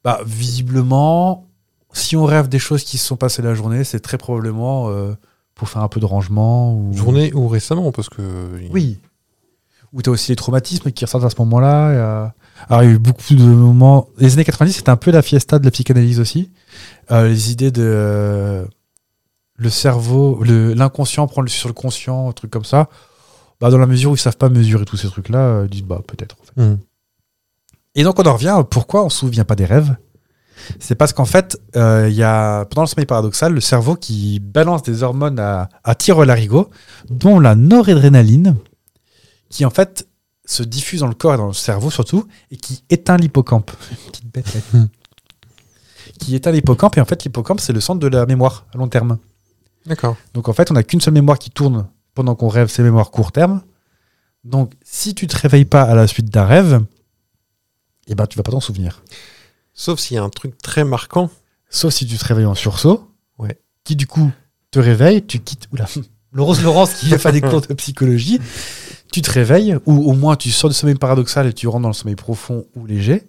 [SPEAKER 1] bah, visiblement, si on rêve des choses qui se sont passées la journée, c'est très probablement euh, pour faire un peu de rangement. Ou...
[SPEAKER 2] Journée ou récemment, parce que.
[SPEAKER 1] Oui. Ou tu as aussi les traumatismes qui ressortent à ce moment-là. et, euh, Alors, il y a eu beaucoup de moments. Les années 90, c'était un peu la fiesta de la psychanalyse aussi. Euh, les idées de. euh, le cerveau, le- l'inconscient prend le sur le conscient, un truc comme ça. Bah, dans la mesure où ils savent pas mesurer tous ces trucs-là, euh, ils disent bah peut-être. en fait.
[SPEAKER 2] Hmm.
[SPEAKER 1] Et donc on en revient. à Pourquoi on se souvient pas des rêves C'est parce qu'en fait, euh, il y a pendant le sommeil paradoxal, le cerveau qui balance des hormones à, à tir au larigot, dont la noradrénaline, qui en fait se diffuse dans le corps et dans le cerveau surtout, et qui éteint l'hippocampe. Une Petite bête. elle. qui éteint l'hippocampe et en fait l'hippocampe c'est le centre de la mémoire à long terme.
[SPEAKER 2] D'accord.
[SPEAKER 1] Donc en fait, on n'a qu'une seule mémoire qui tourne pendant qu'on rêve, c'est mémoire court terme. Donc si tu te réveilles pas à la suite d'un rêve, eh ben tu vas pas t'en souvenir.
[SPEAKER 2] Sauf s'il y a un truc très marquant.
[SPEAKER 1] Sauf si tu te réveilles en sursaut,
[SPEAKER 2] Ouais.
[SPEAKER 1] qui du coup te réveille, tu quittes. Oula, le Rose Laurence qui fait des cours de psychologie, tu te réveilles, ou au moins tu sors du sommeil paradoxal et tu rentres dans le sommeil profond ou léger.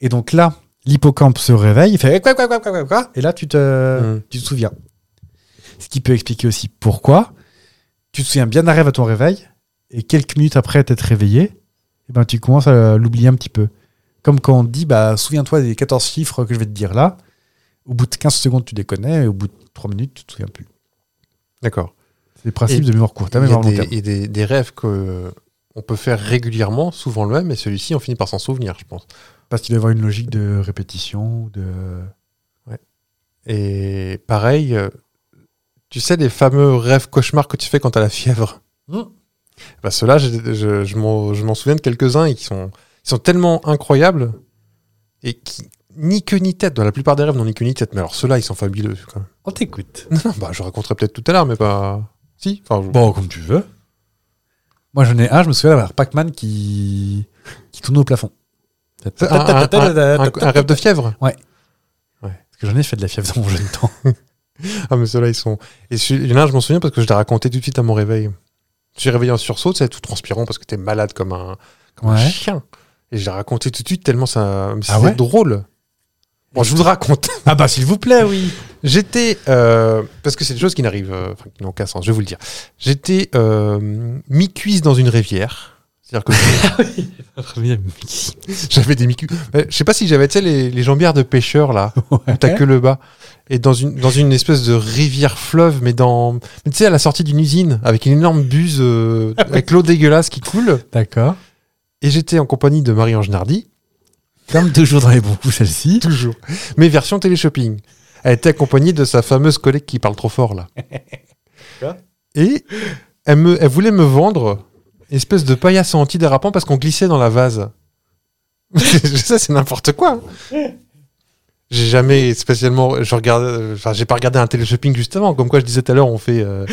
[SPEAKER 1] Et donc là, l'hippocampe se réveille, il fait Eh, quoi, quoi, quoi, quoi, quoi, quoi, et là tu te,
[SPEAKER 2] Hmm.
[SPEAKER 1] tu te souviens. ce qui peut expliquer aussi pourquoi. Tu te souviens bien d'un rêve à ton réveil, et quelques minutes après t'être réveillé, eh ben, tu commences à l'oublier un petit peu. Comme quand on te dit, bah, souviens-toi des 14 chiffres que je vais te dire là, au bout de 15 secondes tu les connais, et au bout de 3 minutes tu te souviens plus.
[SPEAKER 2] D'accord.
[SPEAKER 1] C'est le principe
[SPEAKER 2] Et
[SPEAKER 1] de mémoire courte, hein,
[SPEAKER 2] Il y a
[SPEAKER 1] mémoire long
[SPEAKER 2] des,
[SPEAKER 1] terme.
[SPEAKER 2] et des- des rêves qu'on peut faire régulièrement, souvent le même, et celui-ci, on finit par s'en souvenir, je pense.
[SPEAKER 1] Parce qu'il doit y avoir une logique de répétition, de...
[SPEAKER 2] Et pareil, euh, tu sais, les fameux rêves cauchemars que tu fais quand t'as la fièvre bah, Ceux-là, je, je- je m'en je m'en souviens de quelques-uns et qui sont, ils sont tellement incroyables et qui, ni queue ni tête. Dans la plupart des rêves, n'ont ni queue ni tête. Mais alors, ceux-là, ils sont fabuleux. Quand même.
[SPEAKER 1] On t'écoute.
[SPEAKER 2] Non, non, bah, je raconterai peut-être tout à l'heure, mais pas. Si, enfin, je-
[SPEAKER 1] Bon, comme tu veux. Moi, j'en ai un, je me souviens d'avoir Pac-Man qui... qui tourne au plafond.
[SPEAKER 2] un, un- un- un- un rêve de fièvre
[SPEAKER 1] Parce que j'en ai fait de la fièvre dans mon jeune temps.
[SPEAKER 2] Ah, mais ceux-là, ils sont. Et celui- il y en a un, je m'en souviens parce que je l'ai raconté tout de suite à mon réveil. Je suis réveillé en sursaut, tu sais, tout transpirant parce que t'es malade comme un, comme un
[SPEAKER 1] Ouais.
[SPEAKER 2] chien. Et je l'ai raconté tout de suite tellement ça. mais
[SPEAKER 1] Ah
[SPEAKER 2] c'était
[SPEAKER 1] ouais
[SPEAKER 2] drôle. Bon, je vous le raconte.
[SPEAKER 1] Ah bah, s'il vous plaît, oui.
[SPEAKER 2] J'étais. euh, parce que c'est des choses qui n'arrivent. euh, Enfin, qui n'ont aucun sens, je vais vous le dire. J'étais euh, mi-cuisse dans une rivière. C'est-à-dire que j'avais des mi-cuisses. Mais Je sais pas si j'avais, tu sais, les, les jambières de pêcheurs, là. où T'as que le bas. Et dans une, dans une espèce de rivière-fleuve, mais dans. mais tu sais, à la sortie d'une usine, avec une énorme buse, euh, avec l'eau dégueulasse qui coule.
[SPEAKER 1] D'accord.
[SPEAKER 2] Et j'étais en compagnie de Marie-Ange Nardi,
[SPEAKER 1] Comme toujours dans les bons coups, celle-ci.
[SPEAKER 2] toujours. Mais version télé-shopping. Elle était accompagnée de sa fameuse collègue qui parle trop fort, là. Et elle, me, elle voulait me vendre une espèce de paillasse anti-dérapant parce qu'on glissait dans la vase. Ça, c'est n'importe quoi. J'ai jamais spécialement. Je regarde. euh, Enfin, j'ai pas regardé un télé-shopping juste avant. Comme quoi, je disais tout à l'heure, on fait. euh,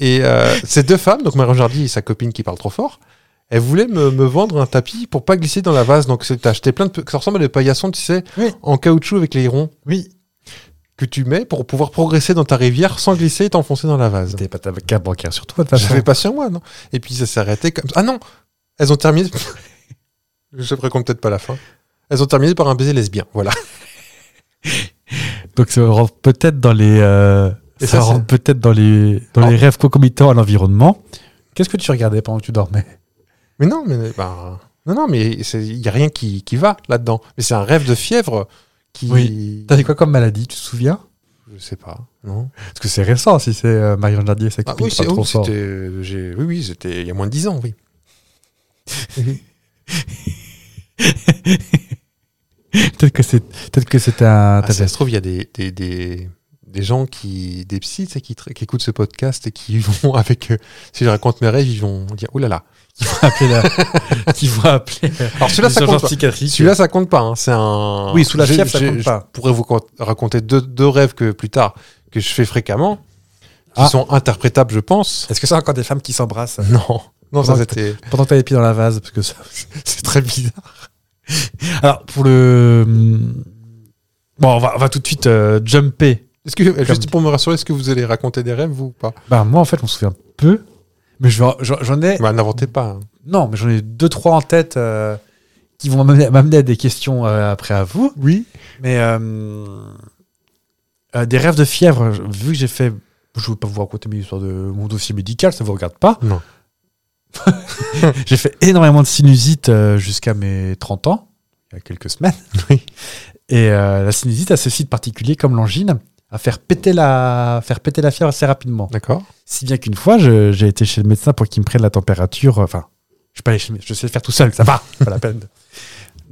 [SPEAKER 2] Et euh, ces deux femmes, donc Marie Jardy et sa copine qui parle trop fort, elles voulaient me, me vendre un tapis pour pas glisser dans la vase. Donc, c'est- t'as acheté plein de. pe- Ça ressemble à des paillassons, tu sais,
[SPEAKER 1] Oui.
[SPEAKER 2] en caoutchouc avec les ronds,
[SPEAKER 1] Oui.
[SPEAKER 2] que tu mets pour pouvoir progresser dans ta rivière sans glisser et t'enfoncer dans la vase.
[SPEAKER 1] T'avais pas ta carte bancaire sur toi, de toute
[SPEAKER 2] Je
[SPEAKER 1] façon.
[SPEAKER 2] vais pas sur moi, non Et puis ça s'est arrêté comme. Ah non Elles ont terminé. Je te raconte peut-être pas la fin. Elles ont terminé par un baiser lesbien, voilà.
[SPEAKER 1] Donc, ça rentre peut-être dans les... euh,
[SPEAKER 2] Et
[SPEAKER 1] ça, Oh.
[SPEAKER 2] ça,
[SPEAKER 1] rentre peut-être dans les, dans les rêves concomitants à l'environnement. Qu'est-ce que tu regardais pendant que tu dormais
[SPEAKER 2] Mais non, mais. bah, non, non, mais c'est- il y a rien qui, qui va là-dedans. Mais c'est un rêve de fièvre qui.
[SPEAKER 1] Oui. T'avais quoi comme maladie, tu te souviens
[SPEAKER 2] Je sais pas, non
[SPEAKER 1] Parce que c'est récent, si c'est euh, Marion Jardier et sa
[SPEAKER 2] Ah
[SPEAKER 1] copine
[SPEAKER 2] oui,
[SPEAKER 1] qui
[SPEAKER 2] c'est.
[SPEAKER 1] parlent trop
[SPEAKER 2] Oui,
[SPEAKER 1] fort.
[SPEAKER 2] c'était- j'ai- oui, oui, c'était il y a moins de 10 ans, oui.
[SPEAKER 1] Peut-être que c'est peut-être que c'est un.
[SPEAKER 2] Ah, ça se trouve, il y a des, des, des, des gens qui, des psys, tu sais, qui, tra- qui écoutent ce podcast et qui vont avec, euh, si je raconte mes rêves, ils vont dire, oh là là.
[SPEAKER 1] qui vont appeler. euh,
[SPEAKER 2] Alors celui-là, ça compte pas.
[SPEAKER 1] psychiatrique.
[SPEAKER 2] Celui-là, ça compte pas. hein. C'est un.
[SPEAKER 1] Oui, sous la
[SPEAKER 2] J'ai-
[SPEAKER 1] fièvre, ça
[SPEAKER 2] j'ai-
[SPEAKER 1] compte pas.
[SPEAKER 2] Je pourrais vous con- raconter deux, deux rêves que plus tard que je fais fréquemment, qui
[SPEAKER 1] Ah.
[SPEAKER 2] sont interprétables, je pense.
[SPEAKER 1] Est-ce que c'est encore des femmes qui s'embrassent
[SPEAKER 2] Non, non,
[SPEAKER 1] Pendant
[SPEAKER 2] ça
[SPEAKER 1] que-
[SPEAKER 2] c'était,
[SPEAKER 1] pendant que t'as les pieds dans la vase parce que ça...
[SPEAKER 2] c'est très bizarre.
[SPEAKER 1] Alors pour le hum, bon, on va, on va tout de suite euh, jumper.
[SPEAKER 2] Est-ce que
[SPEAKER 1] dit.
[SPEAKER 2] juste pour me rassurer, est-ce que vous allez raconter des rêves vous, ou pas
[SPEAKER 1] Bah moi en fait, on se souvient peu, mais je vais en- j'en j'en ai
[SPEAKER 2] Bah, n'inventez pas. hein.
[SPEAKER 1] non, mais j'en ai deux trois en tête euh, qui vont m'amener m'amener à des questions euh, après à vous.
[SPEAKER 2] Oui.
[SPEAKER 1] Mais euh, euh, des rêves de fièvre, je- vu que j'ai fait. Je ne veux pas vous raconter mes histoires de mon dossier médical, ça ne vous regarde pas.
[SPEAKER 2] Non.
[SPEAKER 1] j'ai fait énormément de sinusite euh, jusqu'à mes 30 ans, il y a quelques semaines. Et euh, la sinusite a ceci de particulier, comme l'angine, à faire péter la, faire péter la fièvre assez rapidement.
[SPEAKER 2] D'accord.
[SPEAKER 1] Si bien qu'une fois, je- j'ai été chez le médecin pour qu'il me prenne la température. euh, Enfin, je suis pas allé chez le médecin, je sais le faire tout seul, ça va, c'est pas la peine.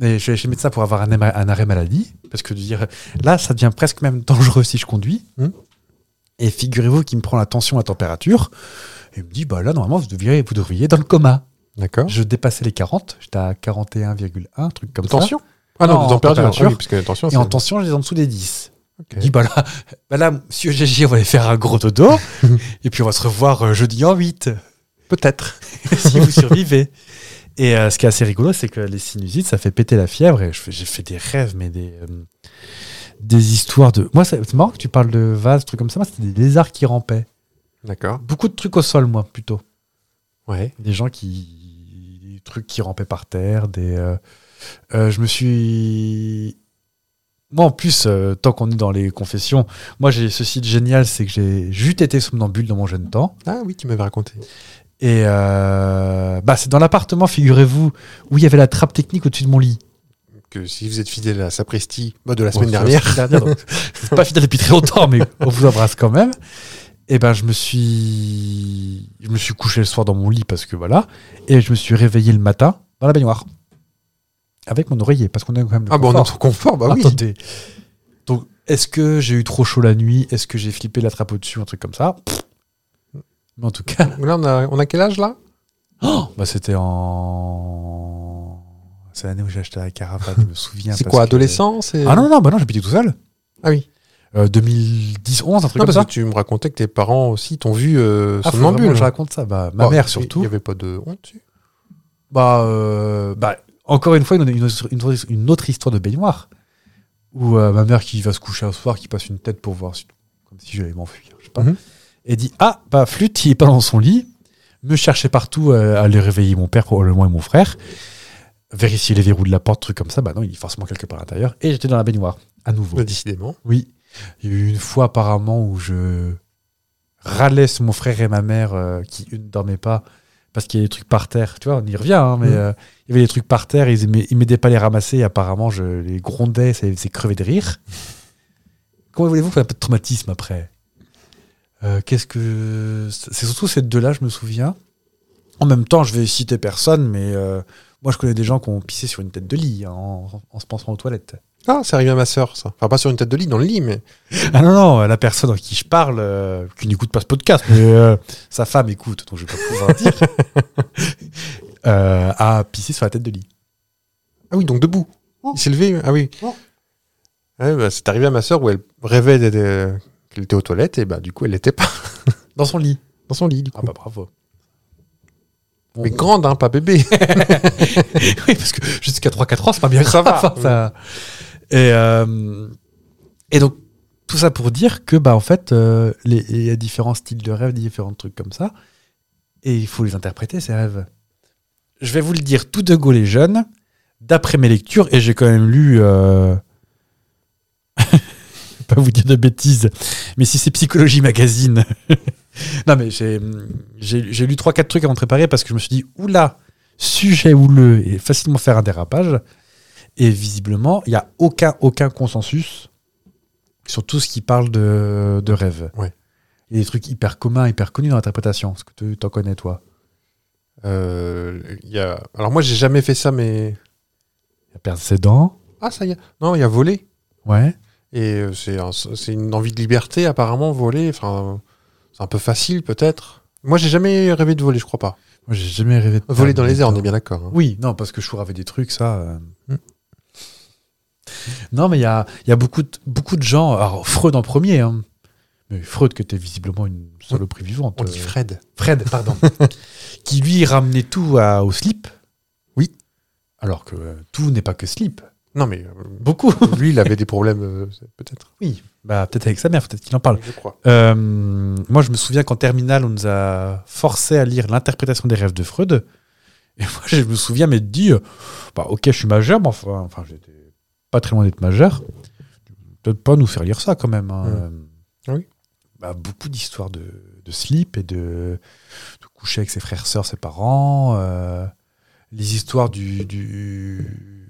[SPEAKER 1] Et je suis allé chez le médecin pour avoir un, éma- un arrêt maladie, parce que de dire là, ça devient presque même dangereux si je conduis.
[SPEAKER 2] Hmm.
[SPEAKER 1] Et figurez-vous qu'il me prend la tension, la température, et il me dit bah là normalement vous devriez vous devriez être dans le coma.
[SPEAKER 2] D'accord.
[SPEAKER 1] Je dépassais les 40, j'étais à 41,1, un truc comme
[SPEAKER 2] De
[SPEAKER 1] ça.
[SPEAKER 2] tension Ah
[SPEAKER 1] Non,
[SPEAKER 2] non, de
[SPEAKER 1] en
[SPEAKER 2] température.
[SPEAKER 1] température.
[SPEAKER 2] Ah oui, parce que tension,
[SPEAKER 1] Et
[SPEAKER 2] c'est...
[SPEAKER 1] en tension, j'étais en dessous des 10.
[SPEAKER 2] Ok.
[SPEAKER 1] Il dit bah là, bah là, monsieur GG, on va aller faire un gros dodo, et puis on va se revoir euh, jeudi en 8.
[SPEAKER 2] Peut-être.
[SPEAKER 1] si vous survivez. Et euh, ce qui est assez rigolo, c'est que les sinusites, ça fait péter la fièvre. Et je fais- j'ai fait des rêves, mais des, euh, des histoires de. Moi, c'est c'est marrant que tu parles de vases, trucs comme ça. Moi, c'était des lézards qui rampaient.
[SPEAKER 2] D'accord.
[SPEAKER 1] Beaucoup de trucs au sol, moi, plutôt.
[SPEAKER 2] Ouais.
[SPEAKER 1] Des gens qui. Des trucs qui rampaient par terre. Des, euh, euh, je me suis Moi, en plus, euh, tant qu'on est dans les confessions, moi, j'ai ce site génial, c'est que j'ai juste été somnambule dans mon jeune temps.
[SPEAKER 2] Ah oui, tu m'avais raconté.
[SPEAKER 1] Et euh, bah, c'est dans l'appartement, figurez-vous, où il y avait la trappe technique au-dessus de mon lit.
[SPEAKER 2] Que si vous êtes fidèle à Sapristi bah, de la
[SPEAKER 1] Bon, c'est
[SPEAKER 2] semaine dernière,
[SPEAKER 1] semaine dernière, donc, c'est pas fidèle depuis très longtemps, mais on vous embrasse quand même. Et ben, je me suis, je me suis couché le soir dans mon lit parce que voilà, et je me suis réveillé le matin dans la baignoire avec mon oreiller parce qu'on a quand même. le
[SPEAKER 2] ah bon, on
[SPEAKER 1] confort.
[SPEAKER 2] est en confort, bah oui.
[SPEAKER 1] Attendez. Donc, est-ce que j'ai eu trop chaud la nuit Est-ce que j'ai flippé la trappe au-dessus Un truc comme ça Pfff. Mais en tout cas,
[SPEAKER 2] Là, on a, on a quel âge là
[SPEAKER 1] Oh bah, c'était en. C'est l'année où j'ai acheté la caravane, je me souviens.
[SPEAKER 2] C'est
[SPEAKER 1] parce
[SPEAKER 2] quoi,
[SPEAKER 1] que-
[SPEAKER 2] adolescence et-
[SPEAKER 1] Ah non, non, bah non, j'habitais tout seul.
[SPEAKER 2] Ah oui.
[SPEAKER 1] Euh, 2010, 11, un truc
[SPEAKER 2] Non,
[SPEAKER 1] comme ça.
[SPEAKER 2] parce que tu me racontais que tes parents aussi t'ont vu euh,
[SPEAKER 1] Ah, faut vraiment
[SPEAKER 2] somnambule.
[SPEAKER 1] que je raconte ça. Bah, ma
[SPEAKER 2] Oh,
[SPEAKER 1] mère
[SPEAKER 2] il-
[SPEAKER 1] surtout.
[SPEAKER 2] Il n'y avait pas de honte dessus.
[SPEAKER 1] Bah, euh, bah, encore une fois, une, une- une autre- une autre histoire de baignoire. Où euh, ma mère qui va se coucher un soir, qui passe une tête pour voir, si- comme si j'allais m'enfuir, je sais pas.
[SPEAKER 2] Mhm.
[SPEAKER 1] Et dit Ah, bah, Flûte, il est pas dans son lit. Me chercher partout, euh, aller réveiller mon père, probablement, et mon frère. Vérifier les verrous de la porte, truc comme ça. Bah non, il est forcément quelque part à l'intérieur. Et j'étais dans la baignoire, à nouveau.
[SPEAKER 2] Bah, Décidément.
[SPEAKER 1] Oui. Il y a eu une fois apparemment où je râlais sur mon frère et ma mère euh, qui eux, ne dormaient pas parce qu'il y avait des trucs par terre. Tu vois, on y revient, hein, mais
[SPEAKER 2] Mhm.
[SPEAKER 1] euh, il y avait des trucs par terre, ils aimaient- ils m'aidaient pas à les ramasser et apparemment je les grondais, ça les faisait crever de rire. Comment voulez-vous faire un peu de traumatisme après Euh, Qu'est-ce que. C'est surtout ces deux-là, je me souviens. En même temps, je vais citer personne, mais euh, moi je connais des gens qui ont pissé sur une tête de lit hein, en- en se pensant aux toilettes.
[SPEAKER 2] Ah, c'est arrivé à ma sœur, ça. Enfin, pas sur une tête de lit, dans le lit, mais.
[SPEAKER 1] Ah non, non, la personne à qui je parle, euh, qui n'écoute pas ce podcast, mais euh, sa femme écoute, donc je vais pas pouvoir dire, euh, a pissé sur la tête de lit.
[SPEAKER 2] Ah oui, donc debout. Il s'est levé. Ah oui. Ah, bah, c'est arrivé à ma sœur où elle rêvait d'être, euh, qu'elle était aux toilettes et bah du coup elle n'était pas
[SPEAKER 1] Dans son lit.
[SPEAKER 2] dans son lit du
[SPEAKER 1] Ah
[SPEAKER 2] coup.
[SPEAKER 1] bah bravo. Bon,
[SPEAKER 2] mais grande, hein, pas bébé.
[SPEAKER 1] oui, parce que jusqu'à 3-4 ans, c'est pas bien
[SPEAKER 2] Ça
[SPEAKER 1] grave,
[SPEAKER 2] va,
[SPEAKER 1] hein, ça. Et, euh, et donc, tout ça pour dire que, bah, en fait, euh, les- il y a différents styles de rêves, différents trucs comme ça. Et il faut les interpréter, ces rêves. Je vais vous le dire tout de go, les jeunes, d'après mes lectures, et j'ai quand même lu. euh, je vais pas vous dire de bêtises, mais si c'est Psychologie Magazine. non, mais j'ai j'ai- j'ai lu 3-4 trucs avant de préparer parce que je me suis dit, oula, sujet houleux et facilement faire un dérapage. Et visiblement, il n'y a aucun, aucun consensus sur tout ce qui parle de, de rêve.
[SPEAKER 2] Ouais.
[SPEAKER 1] Il y a des trucs hyper communs, hyper connus dans l'interprétation. Est-ce que tu en connais, toi
[SPEAKER 2] Euh, il y a... Alors moi j'ai jamais fait ça, mais
[SPEAKER 1] Il y a perdre ses dents.
[SPEAKER 2] ah ça y est. Non, il y a volé.
[SPEAKER 1] Ouais.
[SPEAKER 2] Et euh, c'est un- c'est une envie de liberté apparemment voler. Enfin, c'est un peu facile peut-être. Moi j'ai jamais rêvé de voler, je crois pas.
[SPEAKER 1] Moi, j'ai jamais rêvé de.
[SPEAKER 2] Voler dans
[SPEAKER 1] perdre
[SPEAKER 2] les
[SPEAKER 1] mes
[SPEAKER 2] airs, on
[SPEAKER 1] dents.
[SPEAKER 2] est bien d'accord. hein.
[SPEAKER 1] Oui, non, parce que Chour avait des trucs, ça. euh.
[SPEAKER 2] Hmm.
[SPEAKER 1] Non, mais il y a, il y a beaucoup, de, beaucoup de gens. Alors, Freud en premier. hein. Mais Freud, qui était visiblement une saloperie vivante.
[SPEAKER 2] On dit
[SPEAKER 1] euh.
[SPEAKER 2] Fred.
[SPEAKER 1] Fred, pardon, qui lui ramenait tout à- au slip.
[SPEAKER 2] Oui.
[SPEAKER 1] Alors que euh, tout n'est pas que slip.
[SPEAKER 2] Non mais euh,
[SPEAKER 1] Beaucoup.
[SPEAKER 2] lui il avait des problèmes euh, peut-être.
[SPEAKER 1] Bah, peut-être avec sa mère, peut-être qu'il en parle.
[SPEAKER 2] Je crois.
[SPEAKER 1] Euh, moi, je me souviens qu'en terminale, on nous a forcé à lire l'interprétation des rêves de Freud. Et moi, je me souviens mais de dire, bah, ok, je suis majeur, mais enfin, enfin j'étais pas très loin d'être majeur. Peut-être pas nous faire lire ça quand même. hein.
[SPEAKER 2] Ah oui.
[SPEAKER 1] Bah, beaucoup d'histoires de, de slip et de, de coucher avec ses frères, sœurs, ses parents. euh, les histoires du, du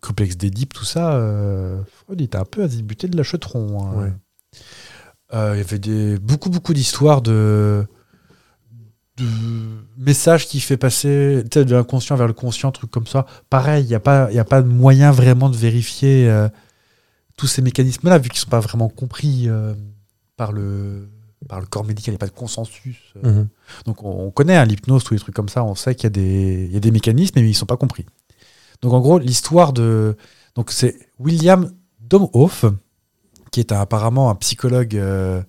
[SPEAKER 1] complexe d'Édipe, tout ça. euh, Freud, il était un peu à se buter de la chetron. hein.
[SPEAKER 2] Ouais.
[SPEAKER 1] Euh, il y avait des, beaucoup, beaucoup d'histoires de, de messages qui fait passer tu sais, de l'inconscient vers le conscient, trucs comme ça. Pareil, il n'y a, pas- il y a pas de moyen vraiment de vérifier euh, tous ces mécanismes-là, vu qu'ils ne sont pas vraiment compris euh, par, le, par le corps médical. Il n'y a pas de consensus. euh.
[SPEAKER 2] Mhm.
[SPEAKER 1] Donc on, on connaît hein, l'hypnose, tous les trucs comme ça, on sait qu'il y, a des- il y a des mécanismes, mais ils ne sont pas compris. Donc en gros, l'histoire de... Donc c'est William Domhoff, qui est un- apparemment un psychologue, euh,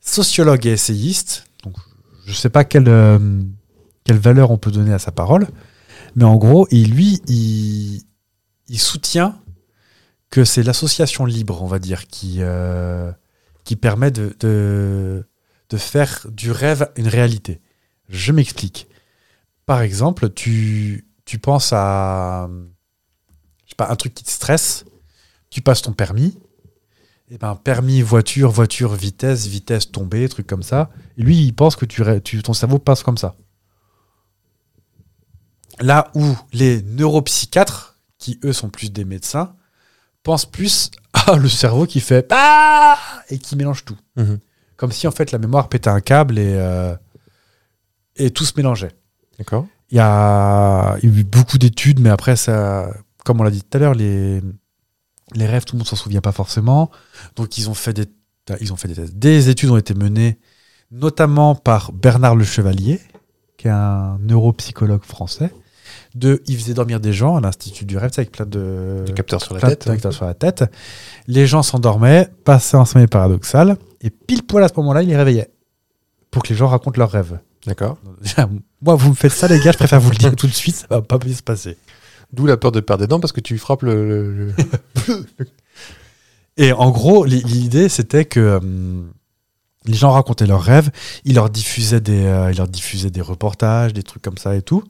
[SPEAKER 1] sociologue et essayiste. Donc je ne sais pas quelle, euh, quelle valeur on peut donner à sa parole, mais en gros, et lui, il, il soutient que c'est l'association libre, on va dire, qui, euh, qui permet de- de, de faire du rêve une réalité. Je m'explique. Par exemple, tu, tu penses à je sais pas, un truc qui te stresse, tu passes ton permis. Et ben permis voiture, voiture vitesse, vitesse tombée, truc comme ça. Et lui, il pense que tu, ré- tu- ton cerveau passe comme ça. Là où les neuropsychiatres, qui eux sont plus des médecins, pensent plus à le cerveau qui fait ah et qui mélange tout.
[SPEAKER 2] Mhm.
[SPEAKER 1] Comme si en fait la mémoire pétait un câble et, euh, et tout se mélangeait.
[SPEAKER 2] D'accord.
[SPEAKER 1] Il y a il y a eu beaucoup d'études, mais après, ça, comme on l'a dit tout à l'heure, les, les rêves, tout le monde s'en souvient pas forcément. Donc, ils ont fait des, ils ont fait des tests. Des études ont été menées, notamment par Bernard Le Chevalier, qui est un neuropsychologue français. De, il faisait dormir des gens à l'Institut du rêve, tu sais, avec plein de,
[SPEAKER 2] Des Euh, capteurs sur la
[SPEAKER 1] plein de
[SPEAKER 2] tête. hein.
[SPEAKER 1] capteurs sur la tête. Les gens s'endormaient, passaient en sommeil paradoxal, et pile poil à ce moment-là, il les réveillait pour que les gens racontent leurs rêves.
[SPEAKER 2] D'accord.
[SPEAKER 1] Déjà, moi, vous me faites ça, les gars, je préfère vous le dire tout de suite, ça va pas bien se passer.
[SPEAKER 2] D'où la peur de perdre des dents parce que tu frappes le. le- le-
[SPEAKER 1] Et en gros, l'i- l'idée, c'était que hum, les gens racontaient leurs rêves, ils leur, diffusaient des, euh, ils leur diffusaient des reportages, des trucs comme ça et tout,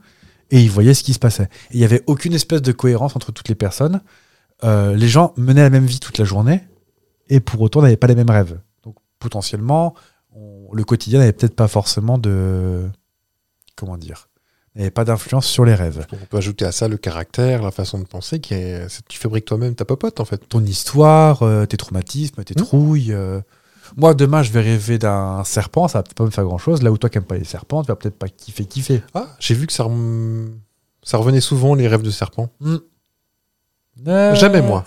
[SPEAKER 1] et ils voyaient ce qui se passait. Et il n'y avait aucune espèce de cohérence entre toutes les personnes. Euh, les gens menaient la même vie toute la journée, et pour autant n'avaient pas les mêmes rêves. Donc potentiellement, on- le quotidien n'avait peut-être pas forcément de... Comment dire N'avait pas d'influence sur les rêves.
[SPEAKER 2] On peut ajouter à ça le caractère, la façon de penser qui est. c'est- Tu fabriques toi-même ta popote en fait.
[SPEAKER 1] ton histoire, euh, tes traumatismes, tes
[SPEAKER 2] Mhm.
[SPEAKER 1] trouilles. euh. Moi, demain, je vais rêver d'un serpent, ça va peut-être pas me faire grand-chose. Là où toi qui n'aimes pas les serpents, tu vas peut-être pas kiffer, kiffer.
[SPEAKER 2] Ah, j'ai vu que ça, rem- ça revenait souvent les rêves de serpent. Jamais moi.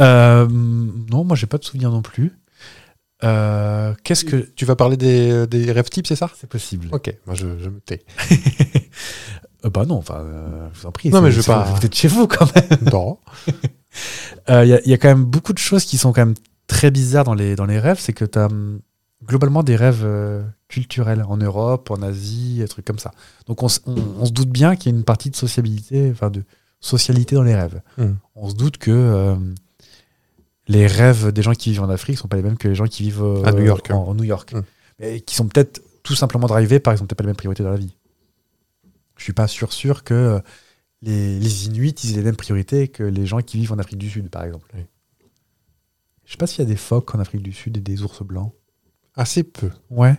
[SPEAKER 1] Euh, non, moi, j'ai pas de souvenir non plus. Euh, Qu'est-ce que.
[SPEAKER 2] Tu vas parler des, euh, des rêves types, c'est ça
[SPEAKER 1] C'est possible.
[SPEAKER 2] Ok, moi je, je me tais.
[SPEAKER 1] Euh, bah non, enfin, euh, je vous en prie.
[SPEAKER 2] Non,
[SPEAKER 1] c'est-
[SPEAKER 2] mais je veux
[SPEAKER 1] c'est-
[SPEAKER 2] pas-
[SPEAKER 1] Vous êtes chez vous quand même.
[SPEAKER 2] non.
[SPEAKER 1] Euh, Il y, a- il y a quand même beaucoup de choses qui sont quand même très bizarres dans les, dans les rêves. C'est que tu as globalement des rêves euh, culturels en Europe, en Asie, des trucs comme ça. Donc on, s- on- on se doute bien qu'il y a une partie de sociabilité, enfin de socialité dans les rêves.
[SPEAKER 2] Hmm.
[SPEAKER 1] On se doute que euh, les rêves des gens qui vivent en Afrique sont pas les mêmes que les gens qui vivent euh,
[SPEAKER 2] À New York.
[SPEAKER 1] en, en New York.
[SPEAKER 2] Hmm.
[SPEAKER 1] Et qui sont peut-être tout simplement drivés par, ils ont peut-être pas les mêmes priorités dans la vie. Je suis pas sûr, sûr que euh, les, les Inuits, ils aient les mêmes priorités que les gens qui vivent en Afrique du Sud, par exemple.
[SPEAKER 2] Oui.
[SPEAKER 1] Je sais pas s'il y a des phoques en Afrique du Sud et des ours blancs.
[SPEAKER 2] Assez peu.
[SPEAKER 1] Ouais.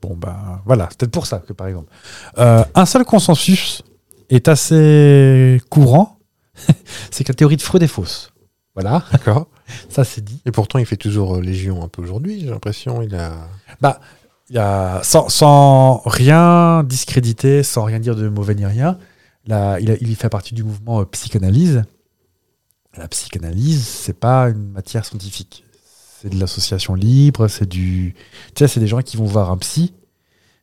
[SPEAKER 1] Bon, bah voilà, c'est peut-être pour ça que par exemple. Euh, un seul consensus est assez courant, c'est que la théorie de Freud est fausse. Voilà,
[SPEAKER 2] D'accord.
[SPEAKER 1] ça c'est dit.
[SPEAKER 2] Et pourtant, il fait toujours euh, Légion un peu aujourd'hui, j'ai l'impression. Il a.
[SPEAKER 1] Il y a, sans, sans rien discréditer, sans rien dire de mauvais ni rien, là, il, a- il fait partie du mouvement euh, psychanalyse. La psychanalyse, c'est pas une matière scientifique. C'est de l'association libre, c'est du. Tu sais, c'est des gens qui vont voir un psy,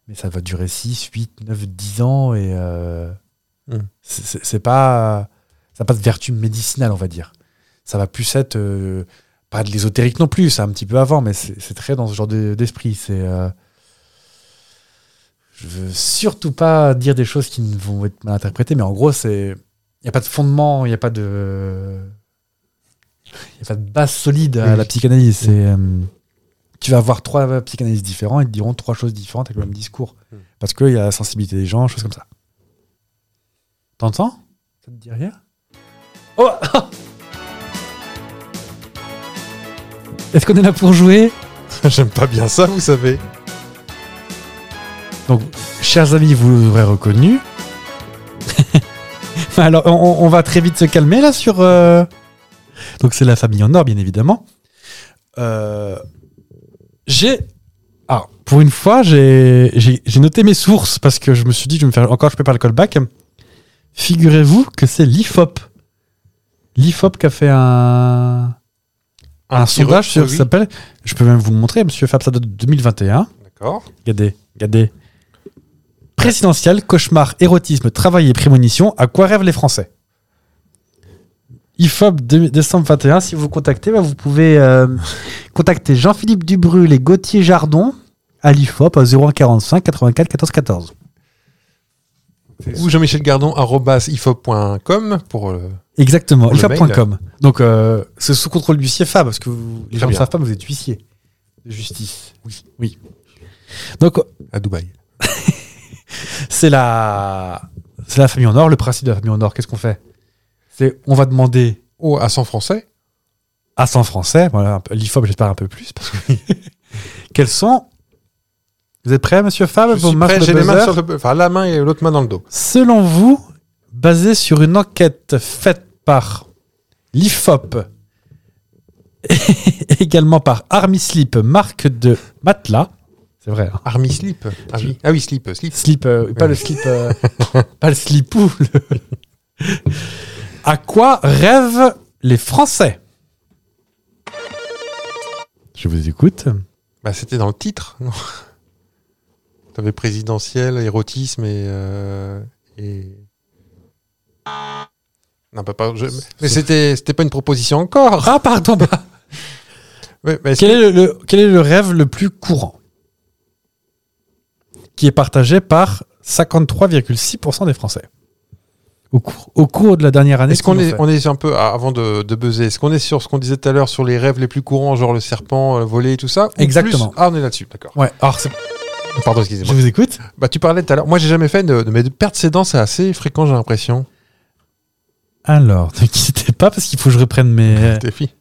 [SPEAKER 1] mais ça va durer 6, 8, 9, 10 ans et. euh,
[SPEAKER 2] Hmm.
[SPEAKER 1] c'est- C'est c'est pas. Ça n'a pas de vertu médicinale, on va dire. Ça va plus être. euh, pas de l'ésotérique non plus, c'est un petit peu avant, mais c'est c'est très dans ce genre de- d'esprit. C'est. euh, je veux surtout pas dire des choses qui ne vont être mal interprétées, mais en gros, c'est. Il n'y a pas de fondement, il n'y a pas de. Il n'y a pas de base solide à
[SPEAKER 2] Oui.
[SPEAKER 1] la psychanalyse. C'est. euh, tu vas avoir trois psychanalystes différents, ils te diront trois choses différentes avec le même discours.
[SPEAKER 2] Mm.
[SPEAKER 1] Parce qu'il y a la sensibilité des gens, choses comme ça. T'entends Ça te dit rien Oh Est-ce qu'on est là pour jouer
[SPEAKER 2] J'aime pas bien ça, vous savez.
[SPEAKER 1] Donc, chers amis, vous l'aurez reconnu. Alors, on, on va très vite se calmer là sur. euh, Donc, c'est la famille en or, bien évidemment. Euh, J'ai. Ah, pour une fois, j'ai j'ai- j'ai noté mes sources parce que je me suis dit, je vais me faire encore, je prépare le callback. Figurez-vous que c'est l'IFOP. L'IFOP qui a fait un, un,
[SPEAKER 2] petit
[SPEAKER 1] sondage sur
[SPEAKER 2] re-
[SPEAKER 1] ce qui s'appelle. Je peux même vous le montrer, monsieur Fabsa de 2021.
[SPEAKER 2] D'accord.
[SPEAKER 1] Regardez, regardez. Présidentiel, cauchemar, érotisme, travail et prémonition, à quoi rêvent les Français IFOP de- décembre 21, si vous contactez, bah, vous pouvez euh, contacter Jean-Philippe Dubrul et Gauthier Jardon à l'IFOP à 0145 84 14 14.
[SPEAKER 2] Ou Jean-Michel Gardon, arobase ifop.com pour. euh,
[SPEAKER 1] Exactement,
[SPEAKER 2] Pour le
[SPEAKER 1] ifop.com. Donc euh, c'est sous contrôle du CFA parce que vous- les
[SPEAKER 2] Très
[SPEAKER 1] gens ne
[SPEAKER 2] bien.
[SPEAKER 1] savent pas, mais vous êtes huissier de justice. Oui. oui. Donc
[SPEAKER 2] à Dubaï.
[SPEAKER 1] c'est la c'est la famille en or le principe de la famille en or qu'est-ce qu'on fait c'est on va demander
[SPEAKER 2] Oh, à 100 français
[SPEAKER 1] à 100 français, voilà, un peu- l'IFOP j'espère un peu plus, parce que quelles sont... Vous êtes prêts, monsieur Fab,
[SPEAKER 2] Je
[SPEAKER 1] vos
[SPEAKER 2] suis
[SPEAKER 1] marques
[SPEAKER 2] prêt,
[SPEAKER 1] de
[SPEAKER 2] j'ai les mains
[SPEAKER 1] buzzer
[SPEAKER 2] sur le- Enfin, la main et l'autre main dans le dos.
[SPEAKER 1] Selon vous, basée sur une enquête faite par l'IFOP, et également par Army Sleep, marque de matelas, c'est vrai, hein.
[SPEAKER 2] Army Sleep. Ah oui, ah oui Sleep. Sleep.
[SPEAKER 1] slip, euh, pas le slip, euh, pas le slipou. le- à quoi rêvent les Français Je vous écoute.
[SPEAKER 2] Bah, c'était dans le titre, non T'avais présidentiel, érotisme et. euh, et... Non, pas, pas, je- Mais c'était, c'était pas une proposition encore.
[SPEAKER 1] Ah, pardon. bah,
[SPEAKER 2] Ouais, mais est-ce
[SPEAKER 1] quel, est le, le- quel est le rêve le plus courant Qui est partagé par 53,6% des Français. Au cours, au cours de la dernière année.
[SPEAKER 2] Est-ce qu'on
[SPEAKER 1] qu'ils
[SPEAKER 2] est,
[SPEAKER 1] l'ont fait.
[SPEAKER 2] on est un peu, ah, avant de, de buzzer, est-ce qu'on est sur ce qu'on disait tout à l'heure sur les rêves les plus courants, genre le serpent, euh, le voler, tout ça ou
[SPEAKER 1] Exactement.
[SPEAKER 2] plus- ah, on est là-dessus, d'accord.
[SPEAKER 1] Ouais, alors c'est- je
[SPEAKER 2] Pardon, excusez-moi.
[SPEAKER 1] vous écoute.
[SPEAKER 2] Bah, tu parlais tout à l'heure. Moi, j'ai jamais fait de, de- mais de perdre ses dents, c'est assez fréquent, j'ai l'impression.
[SPEAKER 1] Alors, ne quittez pas parce qu'il faut que je reprenne mes.
[SPEAKER 2] Tes filles.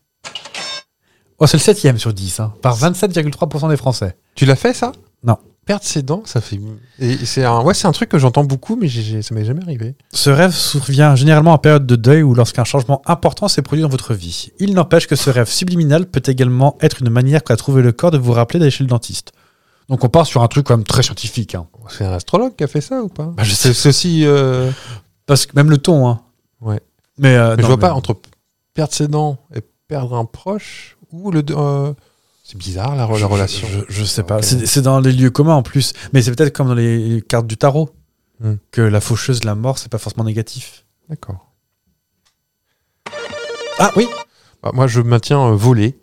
[SPEAKER 1] Oh, c'est le septième sur 10, hein, par 27,3% des Français.
[SPEAKER 2] Tu l'as fait, ça
[SPEAKER 1] Non.
[SPEAKER 2] Perdre ses dents, ça fait. Et et c'est un, ouais, c'est un truc que j'entends beaucoup, mais j'ai- j'ai- ça m'est jamais arrivé.
[SPEAKER 1] Ce rêve survient généralement en période de deuil ou lorsqu'un changement important s'est produit dans votre vie. Il n'empêche que ce rêve subliminal peut également être une manière qu'a trouvé le corps de vous rappeler d'aller chez le dentiste. Donc on part sur un truc quand même très scientifique. hein.
[SPEAKER 2] C'est un astrologue qui a fait ça ou pas
[SPEAKER 1] Bah, je sais.
[SPEAKER 2] C'est c'est aussi. euh,
[SPEAKER 1] Parce que même le ton. Hein.
[SPEAKER 2] Ouais.
[SPEAKER 1] Mais, euh,
[SPEAKER 2] mais je
[SPEAKER 1] non,
[SPEAKER 2] vois
[SPEAKER 1] mais-
[SPEAKER 2] pas entre perdre ses dents et perdre un proche ou le. euh, c'est bizarre la, la
[SPEAKER 1] je-
[SPEAKER 2] relation. Ah,
[SPEAKER 1] Je, je sais pas.
[SPEAKER 2] Ok.
[SPEAKER 1] C'est- C'est dans les lieux communs en plus. Mais c'est peut-être comme dans les cartes du tarot.
[SPEAKER 2] Hmm.
[SPEAKER 1] Que la faucheuse, la mort, c'est pas forcément négatif.
[SPEAKER 2] D'accord. Ah oui Bah, Moi, je maintiens euh, volé.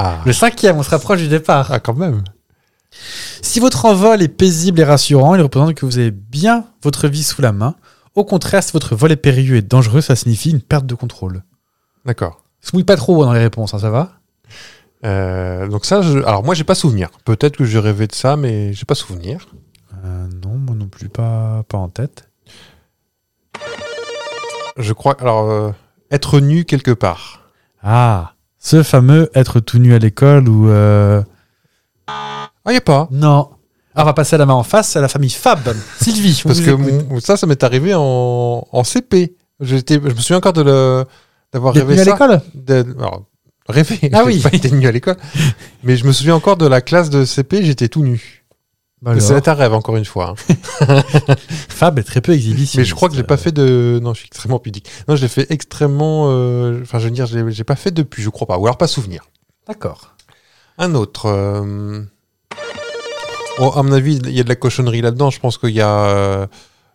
[SPEAKER 2] Ah.
[SPEAKER 1] Le cinquième, on se rapproche du départ.
[SPEAKER 2] Ah, quand même.
[SPEAKER 1] Si votre envol est paisible et rassurant, il représente que vous avez bien votre vie sous la main. Au contraire, si votre vol est périlleux et dangereux, ça signifie une perte de contrôle.
[SPEAKER 2] D'accord.
[SPEAKER 1] Se mouille pas trop dans les réponses, hein, ça va
[SPEAKER 2] Euh, donc ça, je... alors moi, j'ai pas souvenir. Peut-être que j'ai rêvé de ça, mais j'ai pas souvenir.
[SPEAKER 1] Euh, Non, moi non plus, pas, pas en tête.
[SPEAKER 2] Je crois. Alors, euh, être nu quelque part.
[SPEAKER 1] Ah, ce fameux être tout nu à l'école ou... euh,
[SPEAKER 2] Ah, y a pas.
[SPEAKER 1] Non. Ah, on va passer la main en face à la famille Fab, Sylvie. on
[SPEAKER 2] Parce
[SPEAKER 1] vous
[SPEAKER 2] que
[SPEAKER 1] écoute.
[SPEAKER 2] mon- ça, ça m'est arrivé en, en CP. J'étais, je me souviens encore de le, d'avoir
[SPEAKER 1] D'être
[SPEAKER 2] rêvé
[SPEAKER 1] nu à
[SPEAKER 2] ça.
[SPEAKER 1] l'école
[SPEAKER 2] de- alors, rêvé.
[SPEAKER 1] Ah
[SPEAKER 2] j'ai
[SPEAKER 1] oui.
[SPEAKER 2] Pas été nu à l'école. Mais je me souviens encore de la classe de CP. J'étais tout nu.
[SPEAKER 1] Bah
[SPEAKER 2] Mais
[SPEAKER 1] alors,
[SPEAKER 2] C'est un rêve encore une fois. hein.
[SPEAKER 1] Fab est très peu exhibitionniste.
[SPEAKER 2] Mais je crois que j'ai pas fait
[SPEAKER 1] euh.
[SPEAKER 2] de. Non, je suis extrêmement pudique. Non, j'ai fait extrêmement. euh, Enfin, je veux dire, j'ai j'ai pas fait depuis, je crois pas. Ou alors pas souvenir.
[SPEAKER 1] D'accord.
[SPEAKER 2] Un autre. euh, oh, à mon avis, il y a de la cochonnerie là-dedans. Je pense qu'il y a. euh,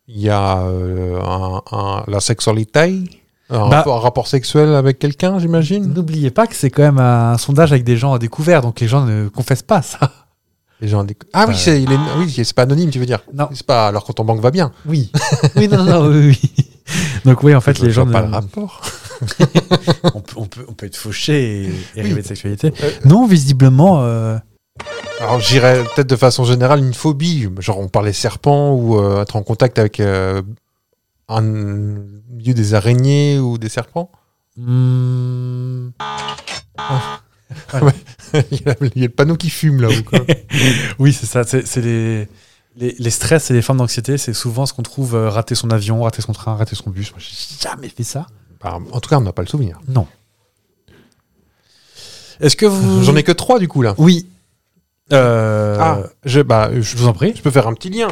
[SPEAKER 2] Il y a euh, un- un- la sexualité. Un,
[SPEAKER 1] Bah-
[SPEAKER 2] rapport, un rapport sexuel avec quelqu'un, j'imagine.
[SPEAKER 1] N'oubliez pas que c'est quand même un sondage avec des gens à découvert, donc les gens ne confessent pas ça.
[SPEAKER 2] Les gens déc- Ah oui,
[SPEAKER 1] Euh.
[SPEAKER 2] c'est il est- oui, c'est pas anonyme, tu veux dire.
[SPEAKER 1] Non.
[SPEAKER 2] C'est pas alors quand ton banque va bien.
[SPEAKER 1] Oui. Oui, non, non, non, oui, oui. Donc oui, en fait,
[SPEAKER 2] Je
[SPEAKER 1] les gens...
[SPEAKER 2] vois pas
[SPEAKER 1] ne-
[SPEAKER 2] le rapport.
[SPEAKER 1] on, peut, on peut- on peut être fauché et, et rêver de sexualité.
[SPEAKER 2] Euh,
[SPEAKER 1] Non, visiblement... euh,
[SPEAKER 2] Alors j'irais peut-être de façon générale une phobie, genre on parlait serpent ou euh, être en contact avec euh, un milieu des araignées ou des serpents.
[SPEAKER 1] hmm,
[SPEAKER 2] il, y a, il y a le panneau qui fume là. ou quoi.
[SPEAKER 1] oui, c'est ça. C'est c'est les, les, les stress et les formes d'anxiété. C'est souvent ce qu'on trouve euh, rater son avion, rater son train, rater son bus. Moi, j'ai jamais fait ça.
[SPEAKER 2] Bah, en tout cas, on n'a pas le souvenir.
[SPEAKER 1] Non. Est-ce que vous...
[SPEAKER 2] J'en ai que trois du coup là.
[SPEAKER 1] Oui. Euh,
[SPEAKER 2] Ah, je, bah, je,
[SPEAKER 1] Je vous en prie.
[SPEAKER 2] je peux faire un petit lien.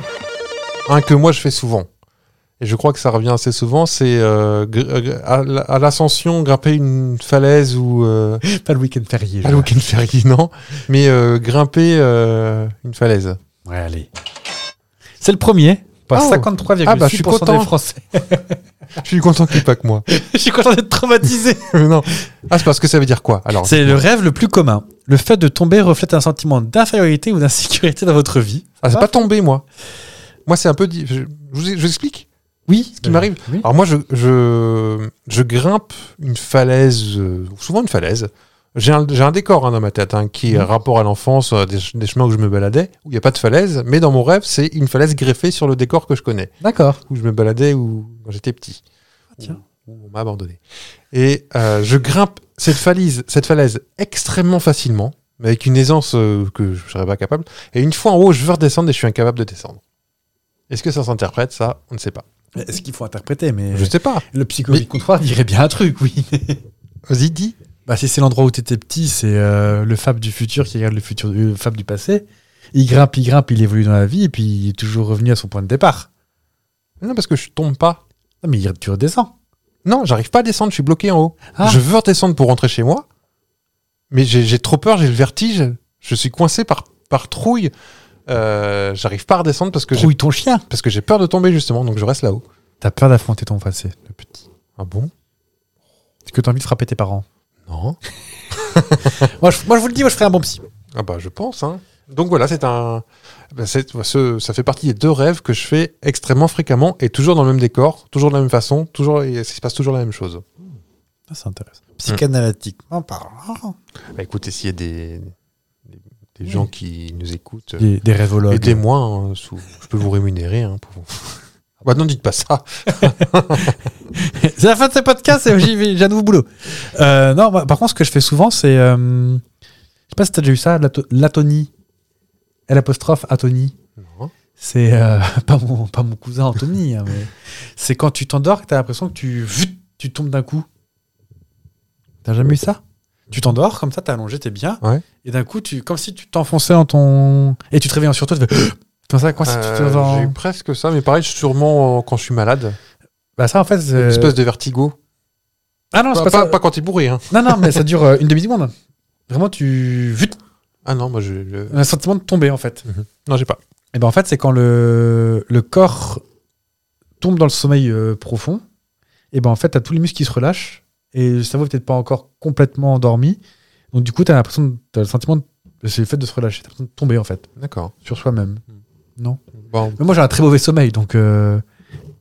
[SPEAKER 2] Un que moi je fais souvent. Et je crois que ça revient assez souvent, c'est euh, gr- euh, à l- à l'ascension, grimper une falaise ou euh,
[SPEAKER 1] Pas le week-end férié.
[SPEAKER 2] pas
[SPEAKER 1] je
[SPEAKER 2] le
[SPEAKER 1] vois.
[SPEAKER 2] week-end férié, non, mais euh, grimper euh, une falaise.
[SPEAKER 1] Ouais, allez. C'est le premier. Par
[SPEAKER 2] Oh.
[SPEAKER 1] 53,6%
[SPEAKER 2] Ah bah, je suis content.
[SPEAKER 1] des Français.
[SPEAKER 2] Je suis content qu'il n'y ait pas que moi.
[SPEAKER 1] je suis content d'être traumatisé.
[SPEAKER 2] Mais non. Ah, c'est parce que ça veut dire quoi Alors,
[SPEAKER 1] C'est le rêve le plus commun. Le fait de tomber reflète un sentiment d'infériorité ou d'insécurité dans votre vie.
[SPEAKER 2] ah, c'est
[SPEAKER 1] Ah.
[SPEAKER 2] pas tombé, moi. Moi, c'est un peu. di- Je, je vous je vous explique
[SPEAKER 1] Oui,
[SPEAKER 2] ce qui m'arrive. Alors, moi, je, je, je grimpe une falaise, euh, souvent une falaise, J'ai un, j'ai un décor hein, dans ma tête hein, qui est
[SPEAKER 1] Mm.
[SPEAKER 2] rapport à l'enfance, euh, des, ch- des chemins où je me baladais, où il n'y a pas de falaise, mais dans mon rêve, c'est une falaise greffée sur le décor que je connais,
[SPEAKER 1] D'accord.
[SPEAKER 2] où je me baladais où, quand j'étais petit.
[SPEAKER 1] Ah, tiens.
[SPEAKER 2] Où, où on m'a abandonné. Et euh, je grimpe cette falaise, cette falaise extrêmement facilement, mais avec une aisance euh, que je ne serais pas capable. Et une fois en haut, je veux redescendre et je suis incapable de descendre. Est-ce que ça s'interprète, ça On ne sait pas.
[SPEAKER 1] Ce qu'il faut interpréter, mais
[SPEAKER 2] Je sais pas.
[SPEAKER 1] le psychologue
[SPEAKER 2] Mais-
[SPEAKER 1] contraire dirait bien un truc, oui.
[SPEAKER 2] Vas-y, dis.
[SPEAKER 1] bah, si c'est l'endroit où t'étais petit, c'est euh, le fab du futur qui regarde le futur, le fab du passé. Il grimpe, il grimpe, il évolue dans la vie, et puis il est toujours revenu à son point de départ.
[SPEAKER 2] Non, parce que je tombe pas.
[SPEAKER 1] Non, mais il- tu redescends.
[SPEAKER 2] Non, j'arrive pas à descendre, je suis bloqué en haut.
[SPEAKER 1] Ah.
[SPEAKER 2] Je veux redescendre pour rentrer chez moi, mais j'ai j'ai trop peur, j'ai le vertige, je suis coincé par, par trouille. Euh, j'arrive pas à redescendre parce que j'ai-
[SPEAKER 1] Trouille ton chien.
[SPEAKER 2] parce que j'ai peur de tomber justement, donc je reste là-haut.
[SPEAKER 1] T'as peur d'affronter ton passé, le petit.
[SPEAKER 2] Ah bon
[SPEAKER 1] Est-ce que t'as envie de frapper tes parents
[SPEAKER 2] Non.
[SPEAKER 1] moi je, moi, je vous le dis, moi, je ferai un bon psy.
[SPEAKER 2] Ah bah je pense. Hein. Donc voilà, c'est un, bah, c'est- ce- ça fait partie des deux rêves que je fais extrêmement fréquemment et toujours dans le même décor, toujours de la même façon, toujours et ça se passe toujours la même chose.
[SPEAKER 1] Ah, c'est intéressant. Psychanalytiquement parlant.
[SPEAKER 2] Bah, écoutez, s'il y a des, des, des gens qui nous écoutent,
[SPEAKER 1] Des, des rêvologues.
[SPEAKER 2] Aidez-moi, hein, sous- je peux vous rémunérer. Hein, pour... bah non, dites pas ça.
[SPEAKER 1] C'est la fin de ce podcast, et j'y vais, j'ai un nouveau boulot. Euh, non, moi, par contre, ce que je fais souvent, c'est. euh, je sais pas si t'as déjà eu ça, l'ato- l'atonie. L apostrophe atonie.
[SPEAKER 2] Non.
[SPEAKER 1] C'est euh, pas, mon, pas mon cousin Anthony, hein, mais c'est quand tu t'endors que t'as l'impression que tu, vut, tu tombes d'un coup. T'as jamais eu ça Tu t'endors, comme ça, t'es allongé, t'es bien.
[SPEAKER 2] Ouais.
[SPEAKER 1] Et d'un coup, tu, comme si tu t'enfonçais dans ton. Et tu te réveilles en surtout, tu fais. Comme ça, quand Ah, si tu te
[SPEAKER 2] Euh,
[SPEAKER 1] dans-
[SPEAKER 2] J'ai eu presque ça, mais pareil, sûrement euh, quand je suis malade.
[SPEAKER 1] Bah, ça, en fait.
[SPEAKER 2] Une
[SPEAKER 1] euh,
[SPEAKER 2] espèce de vertigo.
[SPEAKER 1] Ah non, c'est pas,
[SPEAKER 2] pas,
[SPEAKER 1] ça.
[SPEAKER 2] pas- pas quand t'es bourré. Hein.
[SPEAKER 1] Non, non, mais ça dure euh, une demi-seconde. Vraiment, tu. vut,
[SPEAKER 2] Ah non, moi je. je-
[SPEAKER 1] un sentiment de tomber en fait.
[SPEAKER 2] Non, j'ai pas.
[SPEAKER 1] Et ben en fait, c'est quand le, le corps tombe dans le sommeil euh, profond, et ben en fait, t'as tous les muscles qui se relâchent et le cerveau est peut-être pas encore complètement endormi. Donc du coup, t'as l'impression, de- t'as le sentiment, de- c'est le fait de se relâcher, t'as l'impression de tomber en fait
[SPEAKER 2] D'accord.
[SPEAKER 1] sur soi-même.
[SPEAKER 2] Bon,
[SPEAKER 1] Mais moi, j'ai un très mauvais sommeil, donc euh,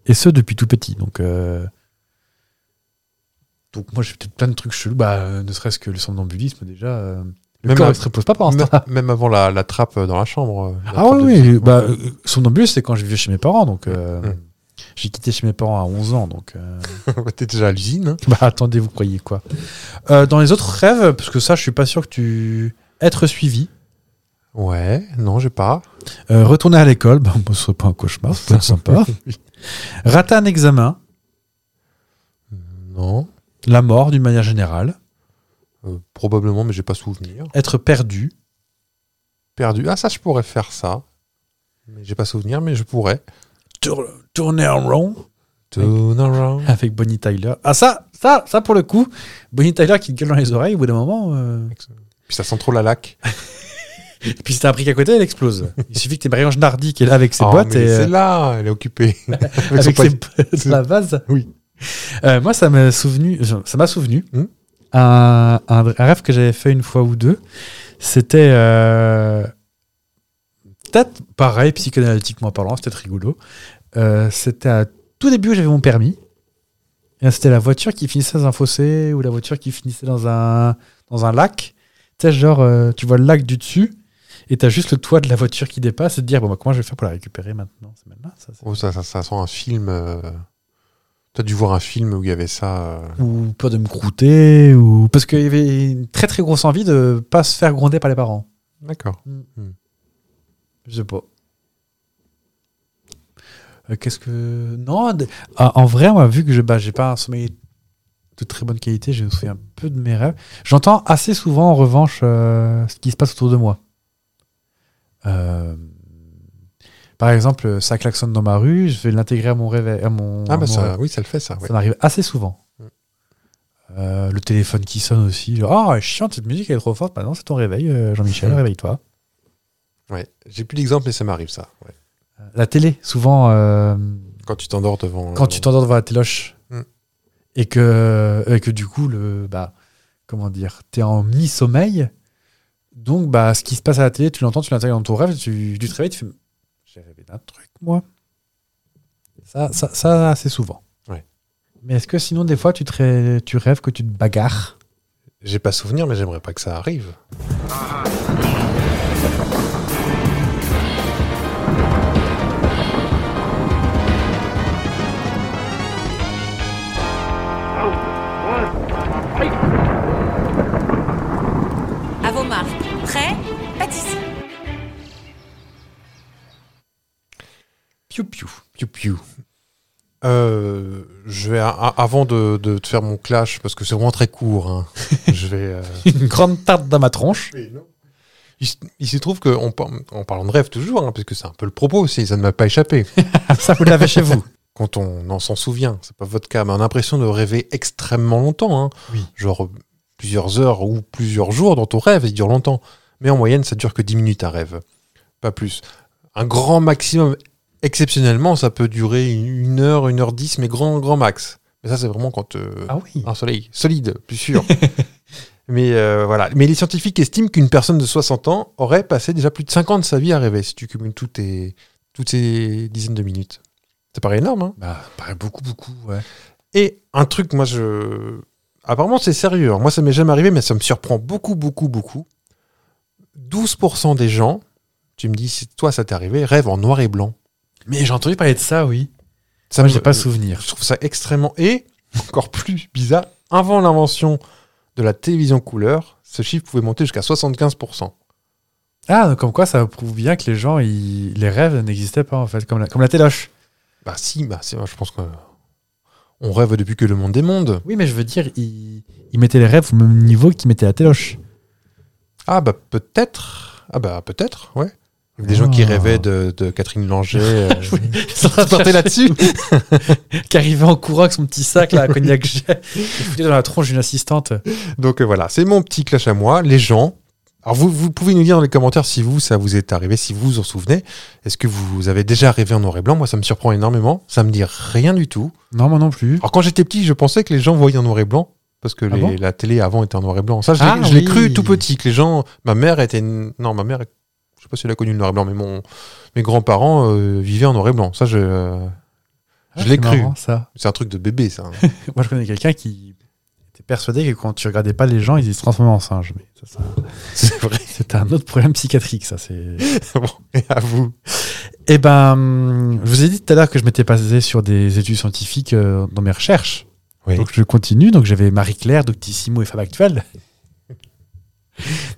[SPEAKER 1] et ce depuis tout petit, donc. euh, donc moi j'ai peut-être plein de trucs chelous, bah, euh, ne serait-ce que le somnambulisme déjà. euh, le
[SPEAKER 2] Même
[SPEAKER 1] corps
[SPEAKER 2] un-
[SPEAKER 1] ne se repose pas pendant ce
[SPEAKER 2] même,
[SPEAKER 1] temps-là.
[SPEAKER 2] même avant la, la trappe euh, dans la chambre. euh, la
[SPEAKER 1] Ah
[SPEAKER 2] trappe
[SPEAKER 1] oui,
[SPEAKER 2] de
[SPEAKER 1] oui.
[SPEAKER 2] visite.
[SPEAKER 1] Bah, euh, somnambuliste, c'est quand je vivais chez mes parents. Donc, euh,
[SPEAKER 2] Mm.
[SPEAKER 1] j'ai quitté chez mes parents à 11 ans. Donc, euh,
[SPEAKER 2] T'es déjà à l'usine. hein.
[SPEAKER 1] bah, attendez, vous croyez quoi Euh, Dans les autres rêves, parce que ça, je suis pas sûr que tu. Être suivi,
[SPEAKER 2] Ouais, non, j'ai pas.
[SPEAKER 1] euh, retourner à l'école, bah, bah, ce serait pas un cauchemar, c'est sympa. Rater un examen,
[SPEAKER 2] Non.
[SPEAKER 1] la mort d'une manière générale,
[SPEAKER 2] Euh, probablement, mais j'ai pas souvenir.
[SPEAKER 1] être perdu,
[SPEAKER 2] Perdu. Ah, ça, je pourrais faire ça. Mais j'ai pas souvenir, mais je pourrais.
[SPEAKER 1] tour- tourner en rond
[SPEAKER 2] Turn around.
[SPEAKER 1] avec Bonnie Tyler. Ah, ça, ça, ça pour le coup, Bonnie Tyler qui te gueule dans les oreilles au bout d'un moment. euh,
[SPEAKER 2] Puis ça sent trop la laque.
[SPEAKER 1] Et puis si t'as un brique à côté, elle explose. Il suffit que t'aies Marianne Nardi qui est là avec ses
[SPEAKER 2] Ah,
[SPEAKER 1] boîtes
[SPEAKER 2] mais
[SPEAKER 1] et euh,
[SPEAKER 2] C'est là, elle est occupée. Avec son
[SPEAKER 1] avec ses
[SPEAKER 2] poignet.
[SPEAKER 1] bottes de la base.
[SPEAKER 2] Oui.
[SPEAKER 1] Euh, moi, ça m'a souvenu, ça m'a souvenu
[SPEAKER 2] Hum.
[SPEAKER 1] un, un rêve que j'avais fait une fois ou deux. C'était euh, peut-être pareil psychanalytiquement parlant, c'était rigolo. Euh, c'était à tout début où j'avais mon permis. Et là, C'était la voiture qui finissait dans un fossé ou la voiture qui finissait dans un, dans un lac. Tu sais, genre, euh, tu vois le lac du dessus et t'as juste le toit de la voiture qui dépasse et te dire, bon, bah, comment je vais faire pour la récupérer maintenant C'est maintenant, ça, c'est-
[SPEAKER 2] Oh, ça, ça, ça sent un film. euh, T'as dû voir un film où il y avait ça. euh,
[SPEAKER 1] ou peur de me croûter, ou parce qu'il y avait une très très grosse envie de pas se faire gronder par les parents.
[SPEAKER 2] D'accord.
[SPEAKER 1] Je sais pas. Euh, Qu'est-ce que non d- ah, en vrai moi vu que je bah, j'ai pas un sommeil de très bonne qualité je me souviens un peu de mes rêves j'entends assez souvent en revanche euh, ce qui se passe autour de moi Euh, par exemple ça klaxonne dans ma rue je vais l'intégrer à mon rêve à mon
[SPEAKER 2] Ah,
[SPEAKER 1] à mon rêve.
[SPEAKER 2] bah ça, oui, ça le fait, ça. ouais.
[SPEAKER 1] Ça m'arrive assez souvent.
[SPEAKER 2] Mm.
[SPEAKER 1] Euh, le téléphone qui sonne aussi. genre, Ah, elle est chiante, cette musique elle est trop forte. Bah non, c'est ton réveil, euh, Jean-Michel,
[SPEAKER 2] Mm.
[SPEAKER 1] réveille-toi.
[SPEAKER 2] Ouais. J'ai plus d'exemple, mais ça m'arrive, ça. ouais.
[SPEAKER 1] La télé, souvent, euh,
[SPEAKER 2] Quand tu t'endors devant. euh,
[SPEAKER 1] quand tu t'endors devant la téloche
[SPEAKER 2] Mm.
[SPEAKER 1] et, que, euh, et que du coup, le, bah, comment dire, t'es en mi-sommeil. Donc, bah, ce qui se passe à la télé, tu l'entends, tu l'intègres dans ton rêve, tu, tu te réveilles, tu fais J'ai rêvé d'un truc, moi. Ça, ça, ça assez souvent.
[SPEAKER 2] Ouais.
[SPEAKER 1] Mais est-ce que sinon, des fois, tu, te ré- tu rêves que tu te bagarres
[SPEAKER 2] J'ai pas souvenir, mais j'aimerais pas que ça arrive.
[SPEAKER 6] À vos marques. Prêt Pâtisserie.
[SPEAKER 2] Piou piou. Piou piou. Euh, je vais a- a- avant de, de te faire mon clash parce que c'est vraiment très court. hein, je vais. euh,
[SPEAKER 1] Une grande tarte dans ma tronche.
[SPEAKER 2] Il, se- il se trouve qu'on en parlant de rêve toujours, hein, parce que c'est un peu le propos. c'est- Ça ne m'a pas échappé.
[SPEAKER 1] Ça, vous l'avez chez vous.
[SPEAKER 2] quand on en s'en souvient, c'est pas votre cas, mais on a l'impression de rêver extrêmement longtemps, hein.
[SPEAKER 1] Oui.
[SPEAKER 2] genre plusieurs heures ou plusieurs jours dans ton rêve, il dure longtemps. Mais en moyenne, ça dure que 10 minutes un rêve, pas plus. Un grand maximum, exceptionnellement, ça peut durer une heure, une heure dix, mais grand, grand max. Mais ça, c'est vraiment quand euh,
[SPEAKER 1] Ah oui.
[SPEAKER 2] un soleil solide, plus sûr. mais euh, voilà. Mais les scientifiques estiment qu'une personne de 60 ans aurait passé déjà plus de 5 ans de sa vie à rêver si tu cumules toutes, tes- toutes ces dizaines de minutes. Ça paraît énorme, hein
[SPEAKER 1] Bah, paraît beaucoup, beaucoup, ouais.
[SPEAKER 2] et un truc, moi, je. Apparemment, c'est sérieux. hein. Moi, ça m'est jamais arrivé, mais ça me surprend beaucoup, beaucoup, beaucoup. 12% des gens, tu me dis, si toi, ça t'est arrivé, rêvent en noir et blanc.
[SPEAKER 1] Mais j'ai entendu parler de ça, oui.
[SPEAKER 2] Ça
[SPEAKER 1] Moi,
[SPEAKER 2] me-
[SPEAKER 1] j'ai pas souvenir.
[SPEAKER 2] Je trouve ça extrêmement. Et, encore plus bizarre, avant l'invention de la télévision couleur, ce chiffre pouvait monter jusqu'à 75%.
[SPEAKER 1] Ah, donc comme quoi, ça prouve bien que les gens, ils- les rêves n'existaient pas, en fait, comme la, comme la téloche.
[SPEAKER 2] Bah, si, bah, c'est- je pense que. On rêve depuis que le monde est monde.
[SPEAKER 1] Oui, mais je veux dire, ils, ils mettaient les rêves au même niveau qu'ils mettaient la téloche.
[SPEAKER 2] Ah, bah, peut-être. Ah, bah, peut-être, ouais. Il y a Des gens qui
[SPEAKER 1] Ah.
[SPEAKER 2] rêvais de, de Catherine Langer. euh,
[SPEAKER 1] Ça
[SPEAKER 2] partait là-dessus.
[SPEAKER 1] qui arrivait en courant avec son petit sac, là, à cognac jet. Il foutait dans la tronche d'une assistante.
[SPEAKER 2] Donc euh, voilà, c'est mon petit clash à moi. Les gens. Alors vous, vous pouvez nous dire dans les commentaires si vous, ça vous est arrivé, si vous vous en souvenez. Est-ce que vous avez déjà rêvé en noir et blanc Moi, ça me surprend énormément. Ça me dit rien du tout.
[SPEAKER 1] Non, moi non plus.
[SPEAKER 2] Alors quand j'étais petit, je pensais que les gens voyaient en noir et blanc. Parce que
[SPEAKER 1] Ah
[SPEAKER 2] les-
[SPEAKER 1] bon
[SPEAKER 2] la télé avant était en noir et blanc. Ça, je l'ai-
[SPEAKER 1] Ah
[SPEAKER 2] je l'ai
[SPEAKER 1] oui.
[SPEAKER 2] cru tout petit, que les gens... Ma mère était... une- Non, ma mère... Je sais pas si elle a connu le noir et blanc, mais mon, mes grands-parents euh, vivaient en noir et blanc. Ça, je...
[SPEAKER 1] Ah,
[SPEAKER 2] je l'ai
[SPEAKER 1] c'est
[SPEAKER 2] cru.
[SPEAKER 1] marrant, ça.
[SPEAKER 2] C'est un truc de bébé, ça. hein.
[SPEAKER 1] Moi, je connais quelqu'un qui était persuadé que quand tu regardais pas les gens, ils se transformaient en singes. Mais ça, ça-
[SPEAKER 2] c'est vrai.
[SPEAKER 1] c'est un autre problème psychiatrique, ça. C'est.
[SPEAKER 2] bon, et à vous.
[SPEAKER 1] Eh ben, hum, je vous ai dit tout à l'heure que je m'étais basé sur des études scientifiques euh, dans mes recherches.
[SPEAKER 2] Oui.
[SPEAKER 1] Donc je continue. Donc j'avais Marie Claire, Doctissimo et Fab Actuel.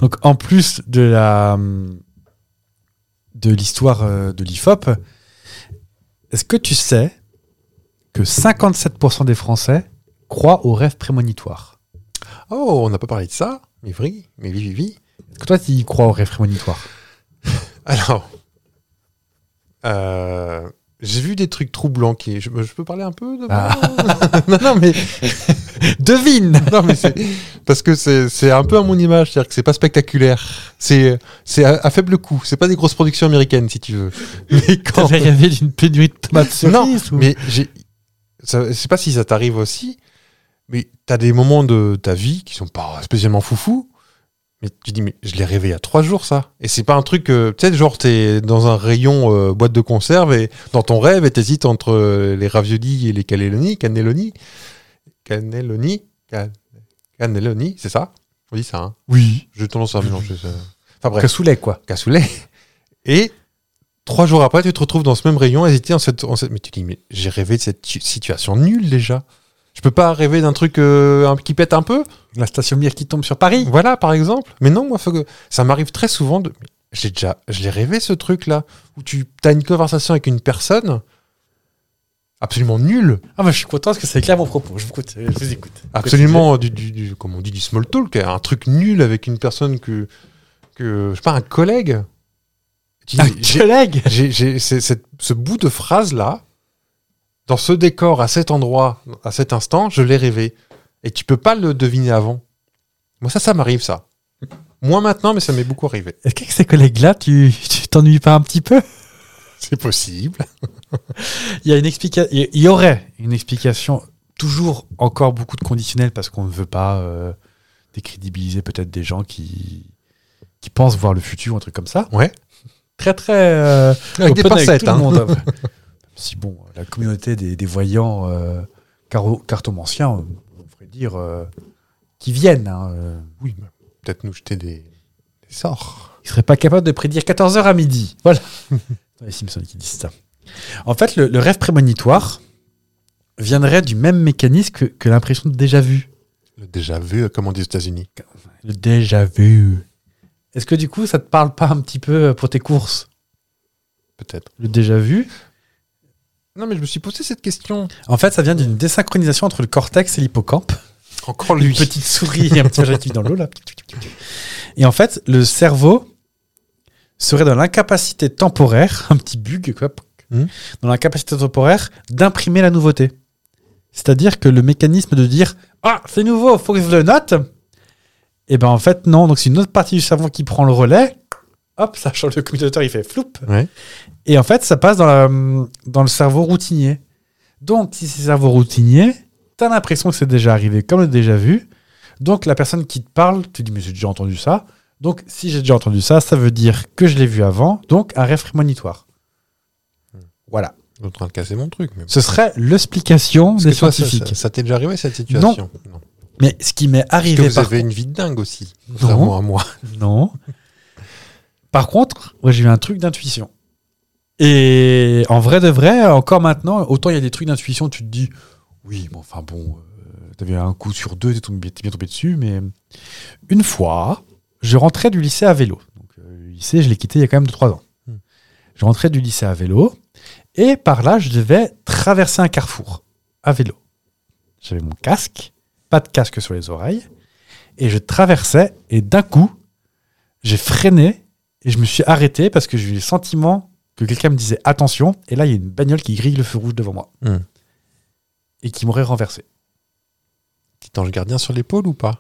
[SPEAKER 1] Donc en plus de la hum, de l'histoire euh, de l'IFOP, est-ce que tu sais que 57% des Français croient aux rêves prémonitoires
[SPEAKER 2] Oh, on n'a pas parlé de ça. Mais oui, mais oui, oui, oui.
[SPEAKER 1] Est-ce que toi tu y crois aux rêves prémonitoires
[SPEAKER 2] Alors, euh, j'ai vu des trucs troublants qui. Je, je peux parler un peu de.
[SPEAKER 1] Ah.
[SPEAKER 2] non, non, mais,
[SPEAKER 1] Devine
[SPEAKER 2] non, mais c'est parce que c'est c'est un peu à mon image, c'est-à-dire que c'est pas spectaculaire, c'est c'est à, à faible coût, c'est pas des grosses productions américaines si tu veux. Mais quand
[SPEAKER 1] T'avais rêvé d'une pénurie de tomates
[SPEAKER 2] non,
[SPEAKER 1] cerises ou-
[SPEAKER 2] mais j'ai, ça- je sais pas si ça t'arrive aussi, mais t'as des moments de ta vie qui sont pas spécialement foufou, mais tu dis mais je l'ai rêvé il y a trois jours ça, et c'est pas un truc euh, peut-être genre t'es dans un rayon euh, boîte de conserve et dans ton rêve et t'hésites entre euh, les raviolis et les cannelloni, cannelloni, cannelloni, can- cannelloni, c'est ça On dit ça. Hein
[SPEAKER 1] Oui.
[SPEAKER 2] J'ai tendance à mélanger ça. Enfin bref
[SPEAKER 1] Cassoulet quoi.
[SPEAKER 2] cassoulet. Et trois jours après, tu te retrouves dans ce même rayon, hésité en cette, en cette- Mais tu te dis, mais j'ai rêvé de cette tu- situation nulle déjà. Je peux pas rêver d'un truc euh, un- qui pète un peu
[SPEAKER 1] La station Mir qui tombe sur Paris.
[SPEAKER 2] Voilà, par exemple. Mais non, moi, faut que- ça m'arrive très souvent de. mais J'ai déjà, je l'ai rêvé ce truc-là, où tu as une conversation avec une personne absolument nulle,
[SPEAKER 1] Ah bah je suis content parce que c'est clair mon propos. Je vous écoute. Je vous écoute.
[SPEAKER 2] absolument du, du, du- comme on dit, du small talk, un truc nul avec une personne que, que je sais pas, un collègue. Tu dis,
[SPEAKER 1] Un
[SPEAKER 2] j'ai-
[SPEAKER 1] collègue.
[SPEAKER 2] j'ai, j'ai- c'est- cette- ce bout de phrase là, dans ce décor, à cet endroit, à cet instant, je l'ai rêvé. Et tu peux pas le deviner avant. Moi, ça, ça m'arrive, ça. Moi maintenant, mais ça m'est beaucoup arrivé.
[SPEAKER 1] Est-ce que ces collègues-là, tu tu t'ennuies pas un petit peu
[SPEAKER 2] C'est possible.
[SPEAKER 1] Il y a une explication. Il y aurait une explication. Toujours encore beaucoup de conditionnels parce qu'on ne veut pas euh, décrédibiliser peut-être des gens qui qui pensent voir le futur ou un truc comme ça.
[SPEAKER 2] Ouais.
[SPEAKER 1] Très très. euh,
[SPEAKER 2] Avec des
[SPEAKER 1] open
[SPEAKER 2] pincettes.
[SPEAKER 1] tout le
[SPEAKER 2] hein.
[SPEAKER 1] monde. Même si bon, la communauté des, des voyants euh, caro- cartomanciens, on pourrait dire, euh, qui viennent. hein, euh,
[SPEAKER 2] Oui, bah, peut-être nous jeter des, des sorts.
[SPEAKER 1] Il serait pas capable de prédire 14h à midi. Voilà. Dans les Simpsons qui disent ça. En fait, le, le rêve prémonitoire viendrait du même mécanisme que, que l'impression de déjà vu.
[SPEAKER 2] Le déjà vu, euh, comme on dit aux États-Unis.
[SPEAKER 1] Le déjà vu. Est-ce que du coup, ça te parle pas un petit peu pour tes courses
[SPEAKER 2] Peut-être.
[SPEAKER 1] Le déjà vu
[SPEAKER 2] Non, mais je me suis posé cette question.
[SPEAKER 1] En fait, ça vient d'une désynchronisation entre le cortex et l'hippocampe.
[SPEAKER 2] Encore lui.
[SPEAKER 1] Une petite souris et un petit vagin qui vit dans l'eau, là. Et en fait, le cerveau serait dans l'incapacité temporaire, un petit bug, quoi,
[SPEAKER 2] Mhm.
[SPEAKER 1] dans l'incapacité temporaire d'imprimer la nouveauté. C'est-à-dire que le mécanisme de dire Ah, c'est nouveau, faut que je le note. Et ben en fait, non. Donc, c'est une autre partie du cerveau qui prend le relais. Hop, ça change le communautaire, il fait floup.
[SPEAKER 2] Ouais.
[SPEAKER 1] Et en fait, ça passe dans, la, dans le cerveau routinier. Donc, si c'est cerveau routinier, t'as l'impression que c'est déjà arrivé, comme le déjà vu. Donc, la personne qui te parle, tu dis, mais j'ai déjà entendu ça. Donc, si j'ai déjà entendu ça, ça veut dire que je l'ai vu avant. Donc, un rêve prémonitoire.
[SPEAKER 2] Hmm.
[SPEAKER 1] Voilà.
[SPEAKER 2] Je suis en train de casser mon truc. Mais...
[SPEAKER 1] Ce serait l'explication
[SPEAKER 2] Parce
[SPEAKER 1] des
[SPEAKER 2] que toi, ça,
[SPEAKER 1] scientifiques.
[SPEAKER 2] ça- ça t'est déjà arrivé cette situation Non.
[SPEAKER 1] Mais ce qui m'est
[SPEAKER 2] Parce que
[SPEAKER 1] arrivé
[SPEAKER 2] vous
[SPEAKER 1] par
[SPEAKER 2] avez une vie de dingue aussi.
[SPEAKER 1] Non.
[SPEAKER 2] Contrairement à moi.
[SPEAKER 1] Non. Par contre, ouais, j'ai eu un truc d'intuition. Et en vrai de vrai, encore maintenant, autant il y a des trucs d'intuition, tu te dis, oui, mais enfin bon, euh, t'avais un coup sur deux, t'es tombé- t'es bien tombé dessus, mais une fois, je rentrais du lycée à vélo. Donc, euh, le lycée, je l'ai quitté il y a quand même 2-3 ans.
[SPEAKER 2] Hmm.
[SPEAKER 1] Je rentrais du lycée à vélo, et par là, je devais traverser un carrefour à vélo. J'avais mon casque, pas de casque sur les oreilles, et je traversais, et d'un coup, j'ai freiné et je me suis arrêté parce que j'ai eu le sentiment que quelqu'un me disait attention et là il y a une bagnole qui grille le feu rouge devant moi
[SPEAKER 2] Hmm.
[SPEAKER 1] et qui m'aurait renversé.
[SPEAKER 2] Petit ange gardien sur l'épaule ou pas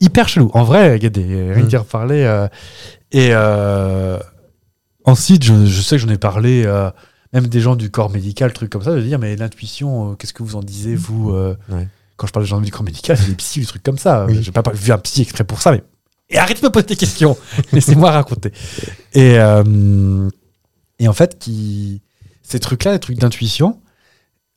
[SPEAKER 1] Hyper chelou. En vrai, il y a des rien
[SPEAKER 2] Hmm.
[SPEAKER 1] qui reparler et euh, ensuite je, je sais que j'en ai parlé euh, même des gens du corps médical, trucs comme ça, de dire mais l'intuition, euh, qu'est-ce que vous en disiez vous euh,
[SPEAKER 2] Ouais.
[SPEAKER 1] Quand je parle des gens du corps médical, c'est des psys, des trucs comme ça. Euh,
[SPEAKER 2] Oui.
[SPEAKER 1] J'ai pas par- vu un psy exprès pour ça, mais et arrête de me poser des questions. Laissez-moi raconter. Et, euh, et en fait, qui, ces trucs-là, les trucs d'intuition,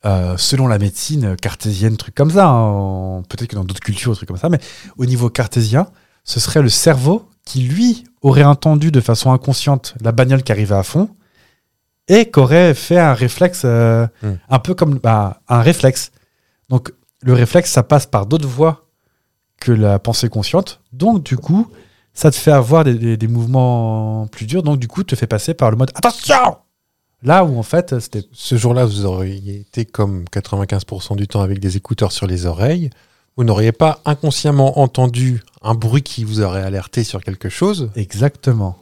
[SPEAKER 1] euh, selon la médecine cartésienne, trucs comme ça, hein, en- peut-être que dans d'autres cultures, trucs comme ça, mais au niveau cartésien, ce serait le cerveau qui, lui, aurait entendu de façon inconsciente la bagnole qui arrivait à fond et qu'aurait fait un réflexe, euh,
[SPEAKER 2] Mm.
[SPEAKER 1] un peu comme bah, un réflexe. Donc, le réflexe, ça passe par d'autres voies que la pensée consciente. Donc, du coup, ça te fait avoir des, des- des mouvements plus durs. Donc, du coup, te fait passer par le mode attention Là où, en fait, c'était
[SPEAKER 2] Ce jour-là, vous auriez été comme 95% du temps avec des écouteurs sur les oreilles. Vous n'auriez pas inconsciemment entendu un bruit qui vous aurait alerté sur quelque chose.
[SPEAKER 1] exactement.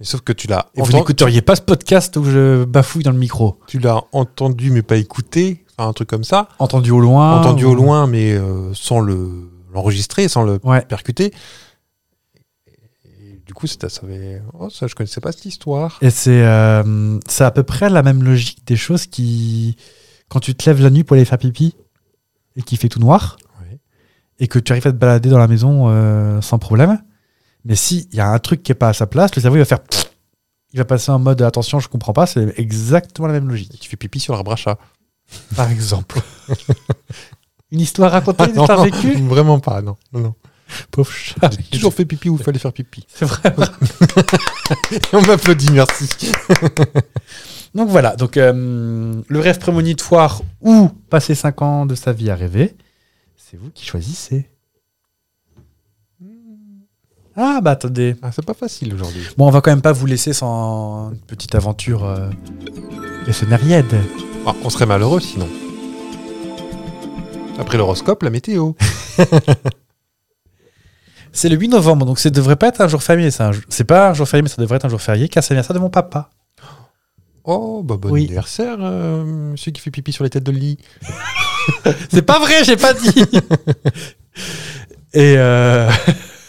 [SPEAKER 2] Mais sauf que tu l'as
[SPEAKER 1] Et vous
[SPEAKER 2] entendu-
[SPEAKER 1] n'écouteriez pas ce podcast où je bafouille dans le micro.
[SPEAKER 2] tu l'as entendu mais pas écouté, enfin un truc comme ça,
[SPEAKER 1] Entendu au loin.
[SPEAKER 2] entendu
[SPEAKER 1] ou-
[SPEAKER 2] au loin mais euh, sans le l'enregistrer, sans le
[SPEAKER 1] Ouais.
[SPEAKER 2] percuter. Et du coup, ça ça avait oh ça je connaissais pas cette histoire.
[SPEAKER 1] Et c'est euh, c'est à peu près la même logique des choses qui. Quand tu te lèves la nuit pour aller faire pipi et qu'il fait tout noir,
[SPEAKER 2] Ouais.
[SPEAKER 1] et que tu arrives à te balader dans la maison euh, sans problème, mais s'il y a un truc qui est pas à sa place, le cerveau il va faire. pfff. Il va passer en mode attention, je comprends pas, c'est exactement la même
[SPEAKER 2] Et
[SPEAKER 1] logique.
[SPEAKER 2] tu fais pipi sur l'arbre à chat.
[SPEAKER 1] Par exemple. Ah une histoire racontée, une
[SPEAKER 2] Non,
[SPEAKER 1] histoire
[SPEAKER 2] non,
[SPEAKER 1] vécue.
[SPEAKER 2] Vraiment pas, non. non, non.
[SPEAKER 1] Pauvre chat.
[SPEAKER 2] J'ai toujours fait pipi où il fallait faire pipi.
[SPEAKER 1] C'est vrai.
[SPEAKER 2] On m'applaudit, merci.
[SPEAKER 1] Donc voilà, donc euh, le rêve prémonitoire ou passer 5 ans de sa vie à rêver, c'est vous qui choisissez. Ah bah attendez.
[SPEAKER 2] Ah, c'est pas facile aujourd'hui.
[SPEAKER 1] Bon, on va quand même pas vous laisser sans une petite aventure euh, scénariade.
[SPEAKER 2] Ah, on serait malheureux sinon. Après l'horoscope, la météo.
[SPEAKER 1] C'est le 8 novembre, donc ça devrait pas être un jour férié. C'est un jour- c'est pas un jour férié, mais ça devrait être un jour férié, car c'est l'anniversaire de mon papa.
[SPEAKER 2] Oh, bah bon
[SPEAKER 1] Oui.
[SPEAKER 2] anniversaire, euh, monsieur qui fait pipi sur les têtes de lit.
[SPEAKER 1] C'est pas vrai, j'ai pas dit. Et euh...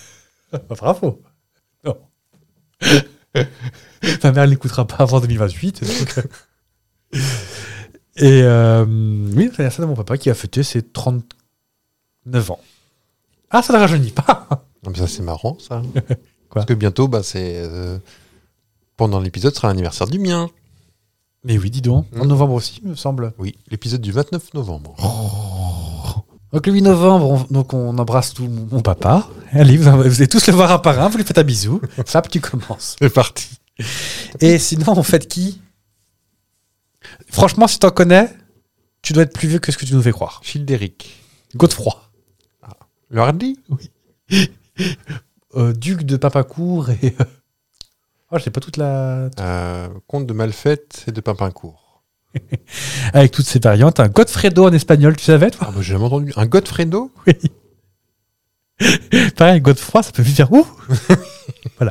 [SPEAKER 1] Bah, bravo. Non. Ma mère l'écoutera pas avant 2028. donc, euh. Et euh... oui, c'est l'anniversaire de mon papa qui a fêté ses 39 ans. Ah, ça ne rajeunit pas.
[SPEAKER 2] Non, Ah, mais ça, c'est marrant, ça.
[SPEAKER 1] Quoi
[SPEAKER 2] Parce que bientôt, bah, c'est. euh, pendant l'épisode, ce sera l'anniversaire du mien.
[SPEAKER 1] Mais oui, dis donc. En
[SPEAKER 2] Mm.
[SPEAKER 1] novembre aussi, me semble. Oh.
[SPEAKER 2] Oui, l'épisode du 29 novembre.
[SPEAKER 1] Donc le 8 novembre, on, donc on embrasse tout mon mon papa. Allez, vous, vous allez tous le voir un par un, vous lui faites un bisou. Fab, tu commences.
[SPEAKER 2] C'est parti.
[SPEAKER 1] Et sinon, on fait qui Franchement, si t'en connais, tu dois être plus vieux que ce que tu nous fais croire.
[SPEAKER 2] Childéric.
[SPEAKER 1] Godefroy,
[SPEAKER 2] Le Hardy
[SPEAKER 1] euh, duc de Papacourt et... euh, Oh, j'ai pas toute la...
[SPEAKER 2] euh, Comte de Malfette et de Pimpincourt.
[SPEAKER 1] Avec toutes ces variantes. Un Godfredo en espagnol, tu savais, toi
[SPEAKER 2] Ah, bah, j'ai jamais entendu. Un Godfredo
[SPEAKER 1] Pareil, Godefroy, ça peut vite faire ouh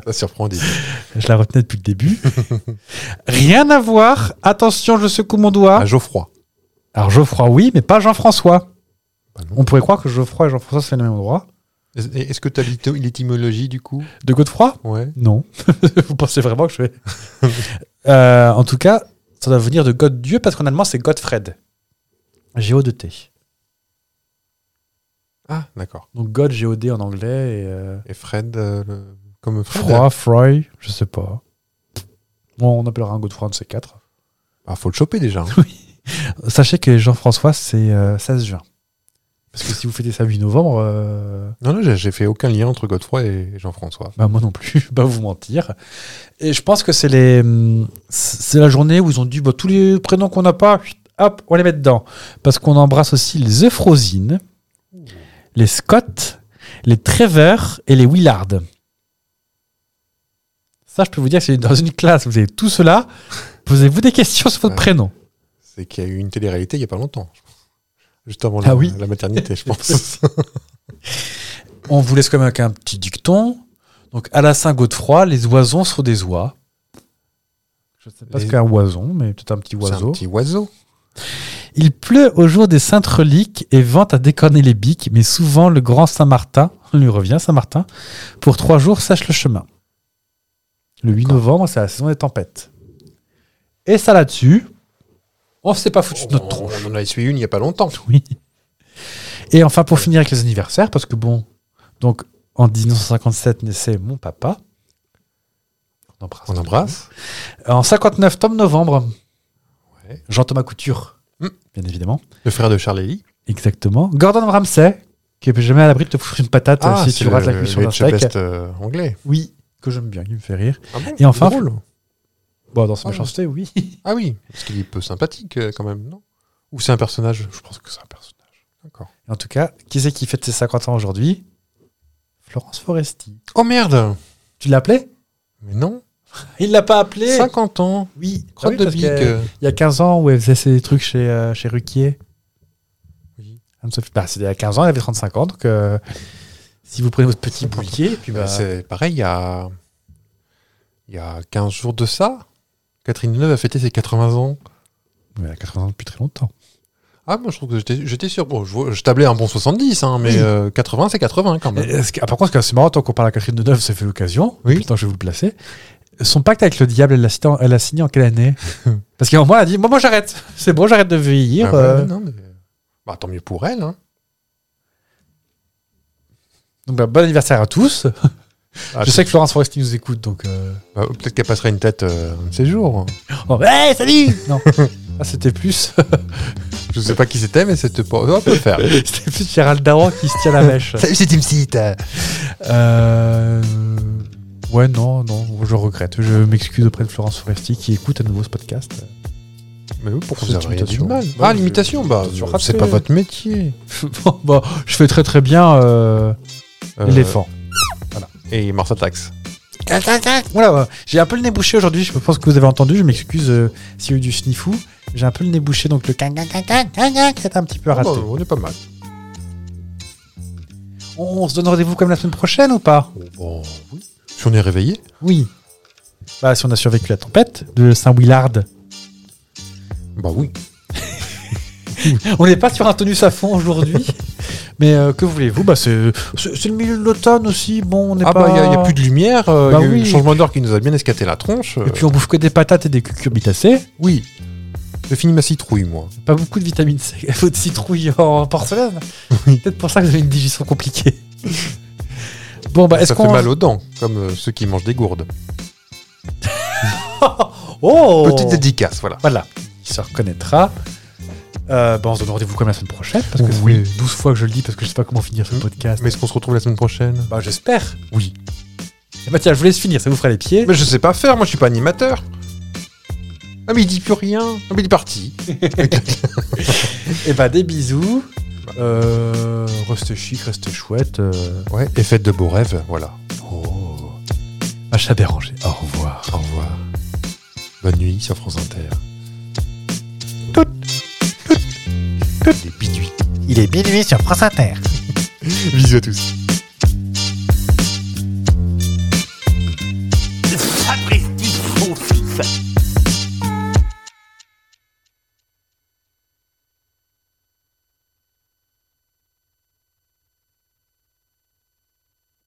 [SPEAKER 2] Ça surprend des-
[SPEAKER 1] Je la retenais depuis le début. Rien à voir. Attention, je secoue mon doigt.
[SPEAKER 2] Un Geoffroy.
[SPEAKER 1] Ah, Alors Geoffroy, oui, mais pas Jean-François.
[SPEAKER 2] Bah non.
[SPEAKER 1] On pourrait croire que Geoffroy et Jean-François, c'est le même endroit.
[SPEAKER 2] Est- Est-ce que tu as l'étymologie du coup
[SPEAKER 1] De Godefroy
[SPEAKER 2] Ouais.
[SPEAKER 1] Non. Vous pensez vraiment que je vais. Euh, en tout cas, ça doit venir de God Dieu parce qu'en allemand, c'est Gottfried. G-O-D-T.
[SPEAKER 2] Ah, d'accord.
[SPEAKER 1] Donc God, G-O-D en anglais et. euh,
[SPEAKER 2] Et Fred, euh, le- comme Fred
[SPEAKER 1] Froid, Froy, je sais pas. Bon, on appellera un Godefroy un de ces quatre.
[SPEAKER 2] Ah, faut le choper déjà. hein.
[SPEAKER 1] Sachez que Jean-François, c'est euh, 16 juin. Parce que si vous fêtez ça le 8 novembre, euh,
[SPEAKER 2] non, non, j'ai- j'ai fait aucun lien entre Godefroy et Jean-François.
[SPEAKER 1] bah moi non plus, je vais pas vous mentir. Et je pense que c'est les, hum, c'est la journée où ils ont dit bah, tous les prénoms qu'on n'a pas, chut, hop, on les met dedans. Parce qu'on embrasse aussi les Euphrosines, les Scott, les Trevor et les Willard. Ça, je peux vous dire que c'est dans une classe, vous avez tout cela, posez-vous des questions sur votre
[SPEAKER 2] Ouais.
[SPEAKER 1] prénom.
[SPEAKER 2] C'est qu'il y a eu une télé-réalité il n'y a pas longtemps. je pense. Juste avant
[SPEAKER 1] Ah
[SPEAKER 2] la,
[SPEAKER 1] oui.
[SPEAKER 2] la maternité, je pense.
[SPEAKER 1] On vous laisse quand même avec un petit dicton. Donc, à la Saint-Godefroy, les oisons sont des oies. Je ne sais pas
[SPEAKER 2] Les-
[SPEAKER 1] ce qu'est un oison, mais peut-être un petit
[SPEAKER 2] C'est
[SPEAKER 1] oiseau.
[SPEAKER 2] un petit oiseau.
[SPEAKER 1] Il pleut au jour des saintes reliques et vente à décorner les biques, mais souvent le grand Saint-Martin, on lui revient Saint-Martin, pour trois jours sache le chemin. Le 8 novembre, c'est la saison des tempêtes. Et ça là-dessus, on ne s'est pas foutu de notre
[SPEAKER 2] on,
[SPEAKER 1] tronche.
[SPEAKER 2] on en a essuyé une il n'y a pas longtemps.
[SPEAKER 1] Oui. Et enfin, pour finir avec les anniversaires, parce que bon, donc en 1957 naissait mon papa. On embrasse.
[SPEAKER 2] On embrasse.
[SPEAKER 1] En 59, Tom Novembre.
[SPEAKER 2] Ouais.
[SPEAKER 1] Jean-Thomas Couture,
[SPEAKER 2] Hmm.
[SPEAKER 1] bien évidemment.
[SPEAKER 2] Le frère de Charlie.
[SPEAKER 1] Exactement. Gordon Ramsay, qui est jamais à l'abri de te foutre une
[SPEAKER 2] Ah,
[SPEAKER 1] patate euh, si tu rates la cuisson d'un steak.
[SPEAKER 2] best euh, anglais.
[SPEAKER 1] Oui, que j'aime bien, il me fait rire.
[SPEAKER 2] Ah bon,
[SPEAKER 1] Et enfin,
[SPEAKER 2] drôle.
[SPEAKER 1] Bon, dans sa
[SPEAKER 2] Ah.
[SPEAKER 1] méchanceté, oui.
[SPEAKER 2] Ah oui, parce qu'il est peu sympathique euh, quand même, non Ou c'est un personnage Je pense que c'est un personnage. D'accord.
[SPEAKER 1] en tout cas, qui c'est qui fête ses 50 ans aujourd'hui Florence Foresti.
[SPEAKER 2] Oh merde
[SPEAKER 1] Tu l'appelais
[SPEAKER 2] Mais non
[SPEAKER 1] Il l'a pas appelé
[SPEAKER 2] 50 ans
[SPEAKER 1] Oui,
[SPEAKER 2] Crotte
[SPEAKER 1] Ah oui,
[SPEAKER 2] de
[SPEAKER 1] parce
[SPEAKER 2] bique
[SPEAKER 1] que-
[SPEAKER 2] euh,
[SPEAKER 1] Il y a 15 ans où elle faisait ses trucs chez, euh, chez Ruquier.
[SPEAKER 2] Oui.
[SPEAKER 1] Anne-Sophie- Bah, c'était il y a 15 ans, elle avait 35 ans. Donc, euh, si vous prenez votre petit boulier, puis bah,
[SPEAKER 2] C'est pareil, il y a... il y a 15 jours de ça, Catherine Deneuve a fêté ses 80 ans.
[SPEAKER 1] elle a 80 ans depuis très longtemps.
[SPEAKER 2] Ah, moi je trouve que j'étais- j'étais sûr. Bon, je, vois- je tablais un bon 70, hein, mais euh, 80, c'est 80 quand même.
[SPEAKER 1] Et est-ce que- ah, par contre, ce qui est assez marrant, tant qu'on parle à Catherine Deneuve, ça fait l'occasion.
[SPEAKER 2] Oui.
[SPEAKER 1] Putain, je vais vous le placer. Son pacte avec le diable, elle l'a signé, en- elle l'a signé en quelle année Parce qu'à un moment, elle a dit Bon, Moi, j'arrête. C'est bon, j'arrête de vieillir.
[SPEAKER 2] Ah, ouais,
[SPEAKER 1] euh.
[SPEAKER 2] non, mais- bah, tant mieux pour elle. Hein.
[SPEAKER 1] Donc, bah, bon anniversaire à tous.
[SPEAKER 2] Ah,
[SPEAKER 1] je sais que Florence Foresti nous écoute, donc. euh,
[SPEAKER 2] bah, Peut-être qu'elle passerait une tête euh, un de ces jours.
[SPEAKER 1] oh, hey, salut Non. Ah, c'était plus.
[SPEAKER 2] Je sais pas qui c'était, mais c'était pas. On peut le faire.
[SPEAKER 1] C'était plus Gérald Darrois qui se tient la mèche.
[SPEAKER 2] Salut, c'est Team Seat.
[SPEAKER 1] Euh, Ouais, non, non, je regrette. Je m'excuse auprès de Florence Foresti qui écoute à nouveau ce podcast.
[SPEAKER 2] Mais oui, pourquoi
[SPEAKER 1] C'est
[SPEAKER 2] vous avez rien dit de
[SPEAKER 1] imitation.
[SPEAKER 2] mal
[SPEAKER 1] Bah,
[SPEAKER 2] Ah,
[SPEAKER 1] je-
[SPEAKER 2] l'imitation, bah,
[SPEAKER 1] je raté.
[SPEAKER 2] c'est pas votre métier.
[SPEAKER 1] bon, bah, je fais très très bien euh,
[SPEAKER 2] Euh,
[SPEAKER 1] l'éléphant.
[SPEAKER 2] Et Mars Attacks.
[SPEAKER 1] Voilà, voilà. j'ai un peu le nez bouché aujourd'hui, je pense que vous avez entendu, je m'excuse euh, s'il y a eu du sniffou. J'ai un peu le nez bouché, donc le can can can can can can, c'est un petit peu
[SPEAKER 2] Ah,
[SPEAKER 1] raté.
[SPEAKER 2] bah, on est pas mal.
[SPEAKER 1] On, on se donne rendez-vous comme la semaine prochaine ou pas
[SPEAKER 2] Bon,
[SPEAKER 1] bah,
[SPEAKER 2] oui. Si on est réveillé,
[SPEAKER 1] Oui. Bah, si on a survécu à la tempête de Saint-Willard.
[SPEAKER 2] bah oui.
[SPEAKER 1] On n'est pas sur un tonus à fond aujourd'hui. Mais euh, que voulez-vous bah, C'est c'est- c'est le milieu de l'automne aussi. Bon, on n'est
[SPEAKER 2] Ah,
[SPEAKER 1] pas.
[SPEAKER 2] bah, il n'y a, plus de lumière. euh,
[SPEAKER 1] Bah
[SPEAKER 2] il y a eu
[SPEAKER 1] oui.
[SPEAKER 2] le changement d'heure qui nous a bien escaté la tronche. euh,
[SPEAKER 1] Et puis on bouffe que des patates et des cucurbitacées.
[SPEAKER 2] oui. J'ai fini ma citrouille, moi.
[SPEAKER 1] Pas beaucoup de vitamine C. Faut de citrouille en porcelaine. Peut-être pour ça que vous avez une digestion compliquée. Bon, bah, est-ce
[SPEAKER 2] Ça
[SPEAKER 1] qu'on.
[SPEAKER 2] fait mal aux dents, comme euh, ceux qui mangent des gourdes.
[SPEAKER 1] Oh
[SPEAKER 2] Petite dédicace, voilà.
[SPEAKER 1] Voilà, il se reconnaîtra. Euh, bah, on se donne rendez-vous comme la semaine prochaine, parce que
[SPEAKER 2] Oui.
[SPEAKER 1] c'est 12 fois que je le dis, parce que je sais pas comment finir ce
[SPEAKER 2] Mm.
[SPEAKER 1] podcast.
[SPEAKER 2] Mais est-ce qu'on se retrouve la semaine prochaine
[SPEAKER 1] Bah, j'espère.
[SPEAKER 2] Oui.
[SPEAKER 1] Eh bah, tiens, je vous laisse finir, ça vous fera les pieds.
[SPEAKER 2] Mais je sais pas faire, moi je suis pas animateur. Ah mais il dit plus rien. Ah mais il est parti.
[SPEAKER 1] Et bah, des bisous. Euh, reste chic, reste chouette. Euh,
[SPEAKER 2] Ouais, et faites de beaux rêves, voilà.
[SPEAKER 1] oh. Achat dérangé. Au revoir.
[SPEAKER 2] Au revoir. Bonne nuit sur France Inter. Tout. Tout. Tout. Les biduits.
[SPEAKER 7] Il est minuit sur France Inter.
[SPEAKER 2] Bisous à tous.